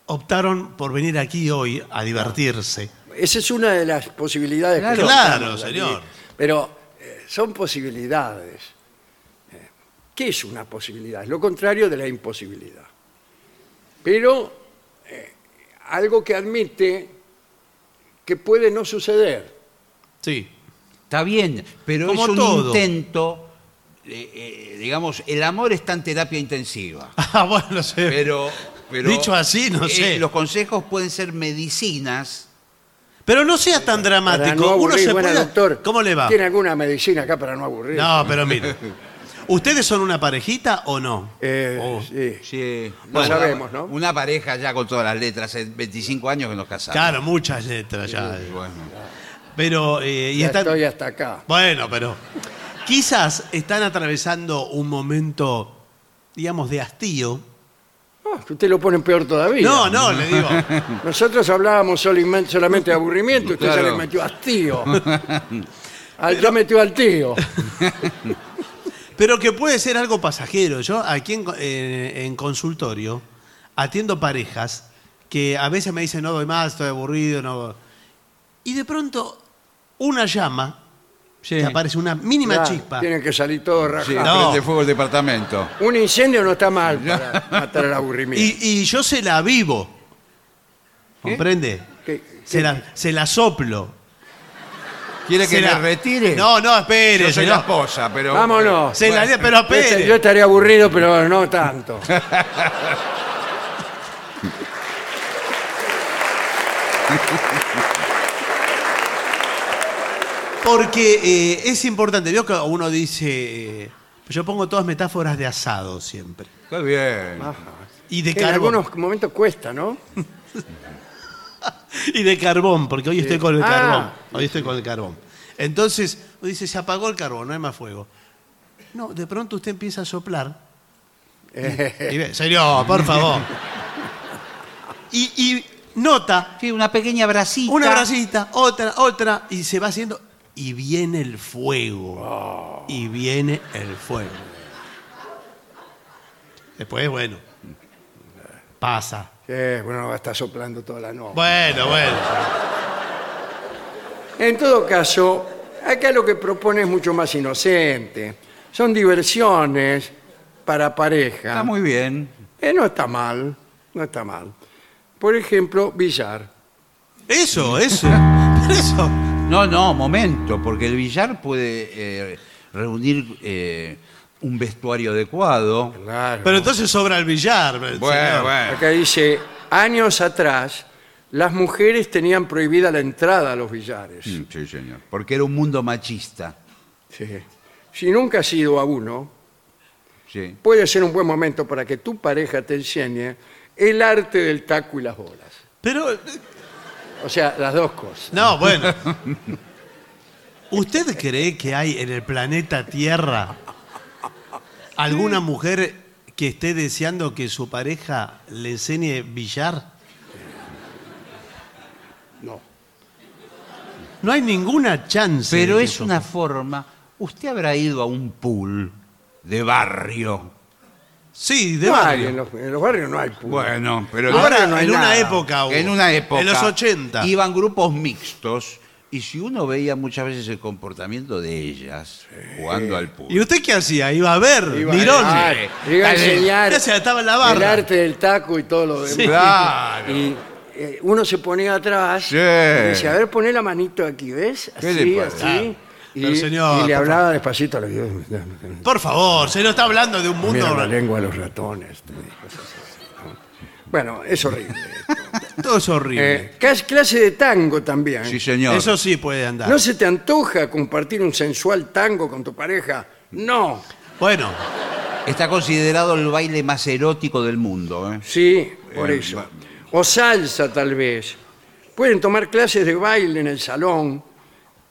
optaron por venir aquí hoy a divertirse. Esa es una de las posibilidades. que Claro, estamos claro, señor. Pero eh, son posibilidades. Eh, ¿Qué es una posibilidad? Es lo contrario de la imposibilidad. Pero eh, algo que admite que puede no suceder. Sí. Está bien, pero Como es un todo. intento. eh, eh, digamos, el amor está en terapia intensiva. <laughs> Ah, bueno, sé. Pero, Pero. pero Dicho así, no eh, sé. Los consejos pueden ser medicinas. no sea tan dramático. para no Uno aburrir, se Bueno, puede. doctor, ¿Cómo le va? ¿Tiene alguna medicina acá para no aburrir? No, pero <laughs> mire. ¿Ustedes son una parejita o no? Eh, Oh. sí. Sí, Lo sabemos, ¿no? Una pareja ya con todas las letras, hace 25 años que nos casamos. Claro, muchas letras ya. Sí, bueno. Pero, eh, y Ya están- estoy hasta acá. Bueno, pero quizás están atravesando un momento, digamos, de hastío. Ah, usted lo pone peor todavía. No, no, le digo. Nosotros hablábamos solimen- solamente de aburrimiento, usted ya Claro. le metió <laughs> hastío. Al, ya metió al tío. Pero que puede ser algo pasajero. Yo aquí en, co- en- en consultorio atiendo parejas que a veces me dicen, no doy más, estoy aburrido, no. Y de pronto una llama, Sí. que aparece una mínima Claro, chispa. Tienen que salir todos Sí, rajados. No. prende fuego el departamento. Un incendio no está mal para matar el aburrimiento. Y, y yo se la vivo. ¿Comprende? ¿Qué- Se, qué- la, se la soplo. ¿Quiere que Se la- le retire? No, no, espere. yo soy señor. la esposa, pero. Vámonos. Se la- pero Yo est- espere. Yo estaría aburrido, pero no <laughs> tanto. Porque eh, es importante, veo que uno dice, eh, yo pongo todas metáforas de asado siempre. Qué bien. Y de En carbón. algunos momentos cuesta, ¿no? <laughs> Y de carbón, porque hoy estoy con el Ah. carbón. Hoy estoy con el carbón. Entonces, uno dice, se apagó el carbón, no hay más fuego. No, de pronto usted empieza a soplar. Y ve, señor, por favor. Y, y nota Sí, una pequeña bracita. una bracita, otra, otra, y se va haciendo. Y viene el fuego. Y viene el fuego. Después, bueno. Pasa. Eh, bueno, va a estar soplando toda la noche. Bueno, bueno. En todo caso, acá lo que propone es mucho más inocente. Son diversiones para pareja. Está muy bien. Eh, no está mal, no está mal. Por ejemplo, billar. Eso, eso. <laughs> Eso. No, no, momento, porque el billar puede eh, reunir eh, un vestuario adecuado. Claro. Pero entonces sobra el billar. señor. Acá dice, años atrás, las mujeres tenían prohibida la entrada a los billares. Mm, Sí, señor. Porque era un mundo machista. Sí. Si nunca has ido a uno, Sí. puede ser un buen momento para que tu pareja te enseñe el arte del taco y las bolas. Pero, eh, O sea, las dos cosas. no, bueno. ¿Usted cree que hay en el planeta Tierra alguna mujer que esté deseando que su pareja le enseñe billar? No. No hay ninguna chance. Pero de que es eso- una forma. Usted habrá ido a un pool de barrio. Sí, de No hay, barrio. en, los, en los barrios no hay pool. Bueno, pero Ahora Ahora, no hay en una nada. época. hubo. en una época. En los 80. Iban grupos mixtos Y si uno veía muchas veces el comportamiento de ellas jugando al ¿Y pool. usted qué hacía? Iba a ver, Iba- mirón. Ah, iba a enseñar Ya se estaba en la el barra. arte del taco y todo lo demás. claro. Y eh, uno se ponía atrás Sí. y decía, a ver, poné la manito aquí, ¿ves? ¿Qué Así, le así. pasa? Y, Ah, Pero, señor, y le por hablaba despacito a los Por favor, se nos está hablando de un mundo. Mira la lengua a los ratones. te dijo. Bueno, es <laughs> horrible. Todo es horrible. Eh, cas- clase de tango también. Sí, señor. Eso sí puede andar. ¿No se te antoja compartir un sensual tango con tu pareja? No. Bueno, Está considerado el baile más erótico del mundo. ¿eh? Sí, por Eh, eso. va- O salsa, tal vez. Pueden tomar clases de baile en el salón.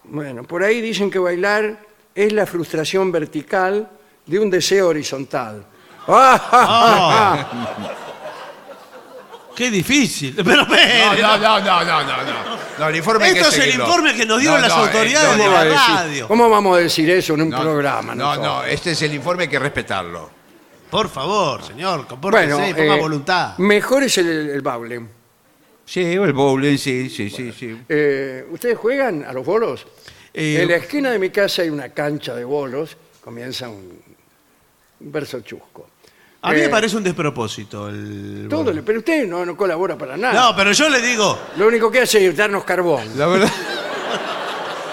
Bueno, por ahí dicen que bailar es la frustración vertical de un deseo horizontal. <laughs> ¡Ah! qué difícil. <laughs> Pero, pero- No, no, no, no, no, no. No, el informe Esto que es el seguirlo. informe que nos dieron las eh, autoridades no, de no, la eh, radio. ¿Cómo vamos a decir eso en un no, programa? No, nosotros? no, este es el informe hay que respetarlo. Por favor, señor, compórtese, ponga eh, voluntad. Mejor es el, el baule. Sí, o el bowling, sí, sí, sí, sí. Eh, ¿Ustedes juegan a los bolos? Eh, en la esquina de mi casa hay una cancha de bolos. Comienza un, un verso chusco. A mí me Eh, parece un despropósito el. Todo le- pero usted no, no colabora para nada. No, pero yo le digo, Lo único que hace es darnos carbón. La verdad. <laughs>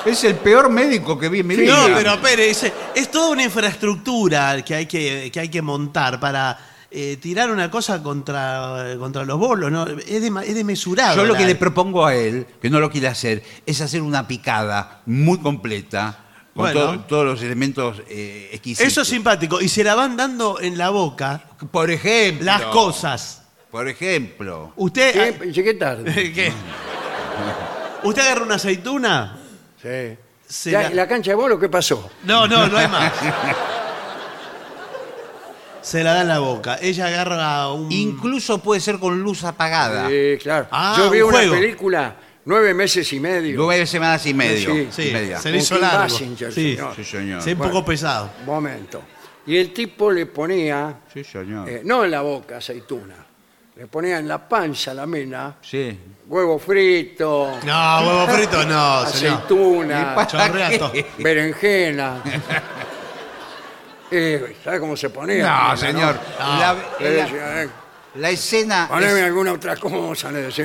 Es el peor médico que vi en mi Sí, vida. No, pero espere, dice, es toda una infraestructura que hay que, que hay que montar para eh, tirar una cosa contra, contra los bolos, ¿no? Es, de, es desmesurado. Yo lo que la- le propongo a él, que no lo quiere hacer, es hacer una picada muy completa, con Bueno. todo- todos los elementos eh, exquisitos. Eso es simpático. Y se la van dando en la boca Por ejemplo. las cosas. Por ejemplo. Usted, Llegué- Llegué tarde. <laughs> ¿Qué? ¿Usted agarra una aceituna? Sí. se Ya, la- ¿y la cancha de bolos qué pasó? No, no, no hay <laughs> más. Se la da en la boca. Ella agarra un... Incluso puede ser con luz apagada. Sí, claro. Ah, Yo vi un una juego. película nueve meses y medio. Nueve semanas y medio. Sí, Sí, y media. se le Un hizo Kim largo. Basinger, sí, señor. Sí, señor. sí, un poco Bueno. pesado. Momento. Y el tipo le ponía, Sí, señor. eh, no en la boca, aceituna, le ponía en la panza a la mena, Sí. huevo frito, No, huevo frito <laughs> no, señor. aceituna, Chorrea todo. <laughs> berenjena. Eh, ¿Sabe cómo se ponía? No, la nena, señor. No. La, Le la- decía, eh, la escena. poneme es- alguna otra cosa, le decía.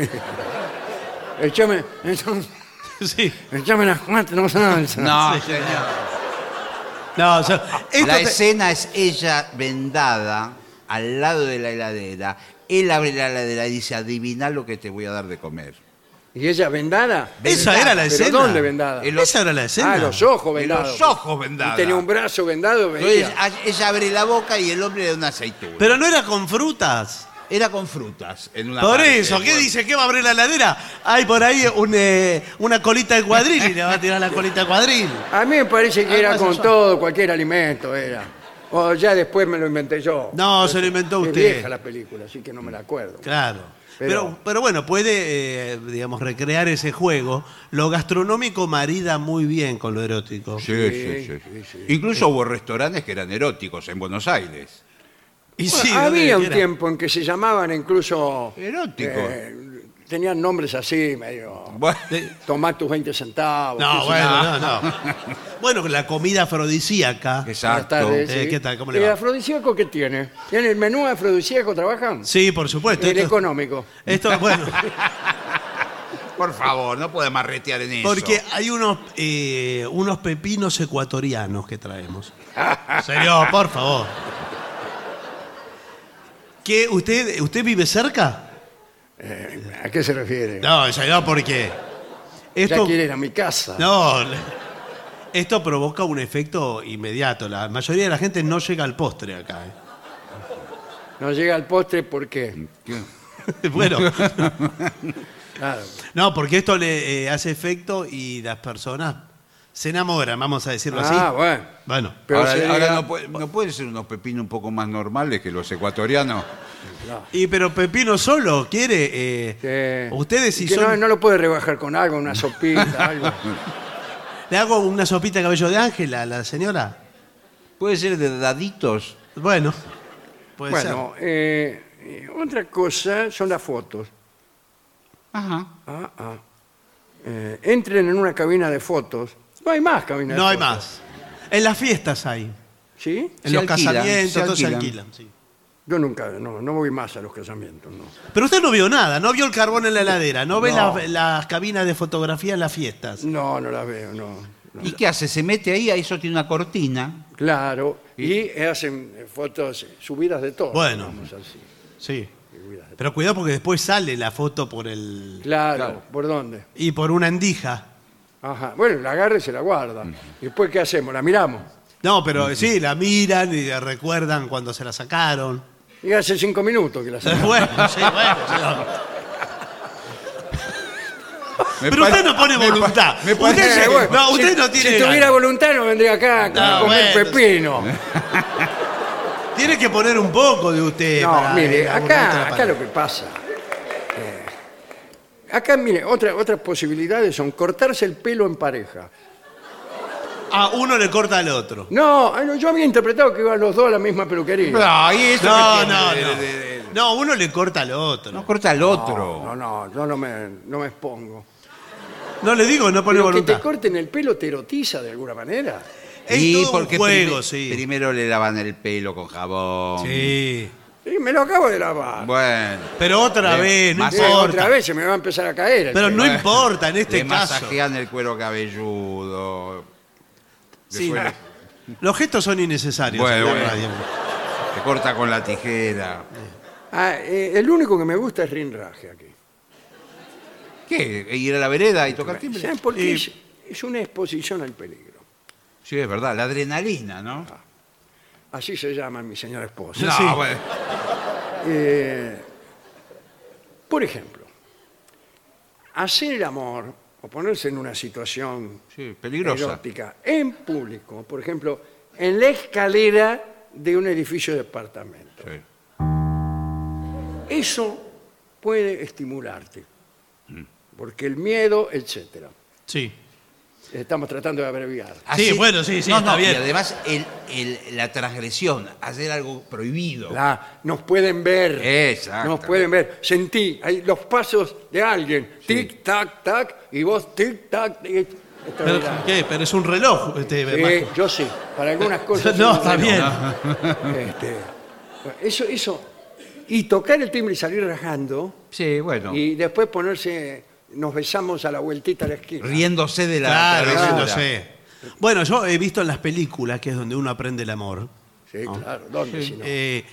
Échame, échame, <laughs> Sí. échame las cuatro, no salsa. No, señor. No, o sea, esto La te- escena es ella vendada al lado de la heladera. Él abre la heladera y dice, adivina lo que te voy a dar de comer. ¿Y ella vendada? esa era la ¿Pero escena. dónde vendada? El- los- Esa era la escena. Ah, los ojos Y vendados. los ojos Y vendados. tenía un brazo vendado. Entonces, veía. a- ella abre la boca y el hombre le da una aceituna. Pero no era con frutas. Era con frutas. en una Por parte, eso, ¿qué bueno. dice? ¿Qué va a abrir la heladera? Hay por ahí un, eh, una colita de cuadril y le va a tirar la colita de cuadril. A mí me parece que Ah, era no, con eso- todo, cualquier alimento era. O ya después me lo inventé yo. No, se lo inventó Es usted. vieja la película, así que no me la acuerdo. Claro. Pero- Pero, pero, bueno, puede, eh, digamos, recrear ese juego. Lo gastronómico marida muy bien con lo erótico. Sí, sí, sí. Incluso hubo restaurantes que eran eróticos en Buenos Aires. Y Bueno, sí, no había un era- tiempo en que se llamaban incluso... Eróticos. eh, tenían nombres así, medio... Bueno, Tomá tus 20 centavos. qué sé No, yo. bueno, no, no. <laughs> bueno, la comida afrodisíaca. Buenas exacto. tardes. Eh, sí. ¿qué tal? ¿Cómo le ¿Y va? afrodisíaco qué tiene? ¿Tiene el menú afrodisíaco? ¿Trabajan? Sí, por supuesto. El esto- económico. Esto, bueno, Por favor, no puede marretear en eso. porque hay unos, eh, unos pepinos ecuatorianos que traemos. Señor, por favor. ¿Qué, usted, ¿Usted vive cerca? ¿A qué se refiere? No, señor, porque... ya Esto, quiere ir a mi casa. no, <laughs> le- esto provoca un efecto inmediato. La mayoría de la gente no llega al postre acá. ¿eh? No llega al postre porque... ¿eh? <laughs> <laughs> Bueno, Claro. no, porque esto le eh, hace efecto y las personas se enamoran, vamos a decirlo Ah, así. bueno. Bueno, Pero ahora, sería- ahora no, puede- no pueden ser unos pepinos un poco más normales que los ecuatorianos. y pero Pepino solo quiere. eh, Sí. Ustedes si este, Que son. no, no lo puede rebajar con algo, una <laughs> sopita, algo. Le hago una sopita de cabello de ángela a la señora. Puede ser de daditos. Bueno, puede bueno, eh, eh, otra cosa son las fotos. Ajá. Ah, ah. eh, entren en una cabina de fotos. No hay más cabina de No hay fotos. más. En las fiestas hay. ¿Sí? En Se los alquilan, casamientos, se todos se alquilan. alquilan. sí. Yo nunca, no, no voy más a los casamientos, no. Pero usted no vio nada, no vio el carbón en la heladera, no ve No. las, las cabinas de fotografía en las fiestas. No, no las veo, no. ¿Y qué hace? Se mete ahí, ahí eso tiene una cortina. Claro, y hacen eh, fotos subidas de todo. Bueno. digamos así, Sí. subidas de- Pero cuidado porque después sale la foto por el. Claro, ¿por dónde? y por una endija. Ajá. Bueno, la agarra y se la guarda. ¿Y después qué hacemos? La miramos. No, pero sí, la miran y la recuerdan cuando se la sacaron. <laughs> Y hace cinco minutos que la sacamos. Bueno, sí, bueno. señor. Me Pero pare- usted no pone me pa- voluntad. me Usted parece- se- bueno, no, usted si, no tiene Si ganas. tuviera voluntad no vendría acá a No, comer bueno, pepino. Tiene que poner un poco de usted. No, para, eh, mire, aguantar la acá, acá palabra. lo que pasa. eh, acá, mire, otra, otras posibilidades son cortarse el pelo en pareja. A Ah, uno le corta al otro. No, ay, no, yo había interpretado que iban los dos a la misma peluquería. No, y eso No, que tiene no, de- no. de- de- No, uno le corta al otro. No No, corta al otro. No, no, yo no me, no me expongo. le digo, no pone Pero que te voluntad. corten el pelo te erotiza de alguna manera. Es Y todo un juego, prime- sí. primero le lavan el pelo con jabón. Sí. Y me lo acabo de lavar. Bueno. Pero otra Le- vez, no más- Eh, otra importa. vez se me va a empezar a caer. el Pero pelo. no Eh, importa en le este caso. masajean el cuero cabelludo. Sí. Después Los gestos son innecesarios. Bueno, en la bueno. radio. le- le corta con la tijera. Ah, eh, el único que me gusta es rinraje aquí. ¿Qué? ¿Ir a la vereda y tocar timbre? ¿Saben por qué? Y- Es, es una exposición al peligro. Sí, es verdad. La adrenalina, ¿no? Así se llama mi señora esposa. No, sí. bueno. Eh, por ejemplo, hacer el amor o ponerse en una situación Sí, peligrosa. erótica en público, por ejemplo, en la escalera de un edificio de apartamento. Sí. Eso puede estimularte, porque el miedo, etcétera. Sí. Estamos tratando de abreviar. Sí, bueno, sí, sí, No, está no, bien. Y además el- el- la transgresión, hacer algo prohibido. La- nos pueden ver. Exacto. Nos pueden ver. Sentí ahí los pasos de alguien. Tic, tac, tac. Y vos, tic, tac. tic. Pero, Extraordinario. ¿qué? Pero es un reloj. Este, Sí, Eh, yo sí. Para <laughs> algunas cosas. no, sí, está bueno. bien. Este, bueno, eso, eso. Y tocar el timbre y salir rajando. Sí, bueno. Y después ponerse. Nos besamos a la vueltita a la esquina. riéndose de la Claro, travesura. sí, lo sé. Bueno, yo he visto en las películas, que es donde uno aprende el amor, Sí, claro. ¿Dónde si no? eh,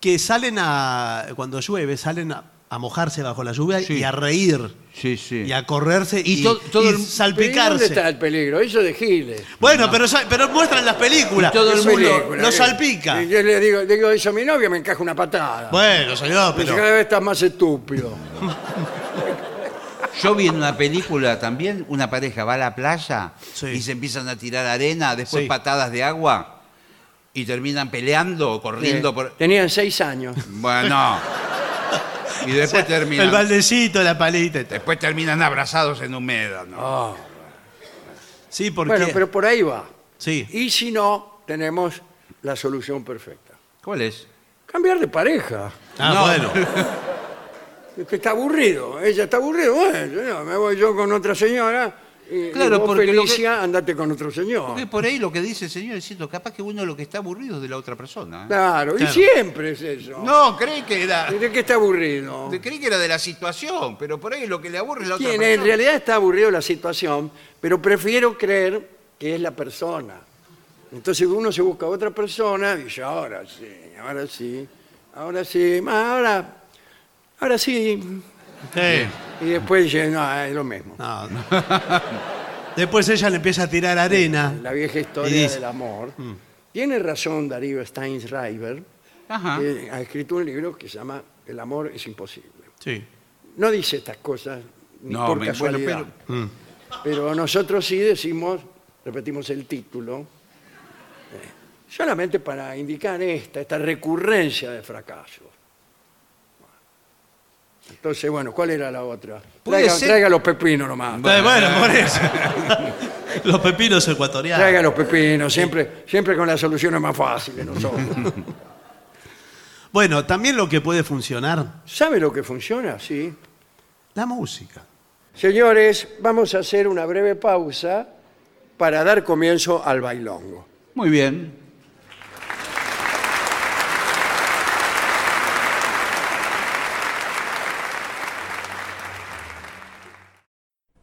que salen a, cuando llueve, salen a, a mojarse bajo la lluvia y a reír, Sí, sí. y a correrse y, Y to- todo y Pero ¿y el- ¿Dónde salpicarse. está el peligro? Eso de Giles. Bueno, pero, sa- pero muestran las películas. Y todo el Es mundo película, lo ¿qué? salpica. Y yo le digo, le digo eso a mi novia, me encaja una patada. Bueno, señor, Dice, pero... cada vez estás más estúpido. Yo vi en una película también, una pareja va a la playa Sí. y se empiezan a tirar arena, después Sí. patadas de agua y terminan peleando, o corriendo por... Eh, Tenían seis <laughs> años. Bueno. y después El terminan... baldecito, la palita. y tal. Después terminan abrazados en un médano. Sí, porque... Ah. Bueno, pero por ahí va. Sí. Y si no, tenemos la solución perfecta. ¿Cuál es? Cambiar de pareja. Ah, No. bueno. Es que está aburrido. Ella está aburrida. Bueno, yo no, me voy yo con otra señora. Y, Claro, y vos, porque lo que- Felicia, andate con otro señor. Porque por ahí lo que dice el señor es cierto, capaz que uno lo que está aburrido es de la otra persona. ¿eh? Claro, y Claro. siempre es eso. No, cree que era... ¿Y ¿De qué está aburrido? Cree que era de la situación, pero por ahí lo que le aburre es la otra Tiene- persona. en realidad está aburrido la situación, pero prefiero creer que es la persona. Entonces uno se busca otra persona y dice, ahora sí, ahora sí, ahora sí, más ahora, ahora sí. Sí. Y después dice, no, es lo mismo. No, no. Después ella le empieza a tirar arena. La vieja Ah. Y historia dice- del amor. Tiene razón Darío Steinschreiber, Ajá. que ha escrito un libro que se llama El amor es imposible. Sí. No dice estas cosas ni No, por me- bueno, casualidad. pero... nosotros sí decimos, repetimos el título, eh, solamente para indicar esta, esta recurrencia de fracaso. Entonces, bueno, ¿cuál era la otra? Puede Traiga, ser- traiga los pepinos nomás. Eh, Bueno, por eso. Los pepinos Traiga ecuatorianos. los pepinos, siempre, siempre con las soluciones más fáciles nosotros. <laughs> Bueno, también lo que puede funcionar, ¿Sabe lo que funciona? Sí. la música. Señores, vamos a hacer una breve pausa para dar comienzo al bailongo. Muy bien.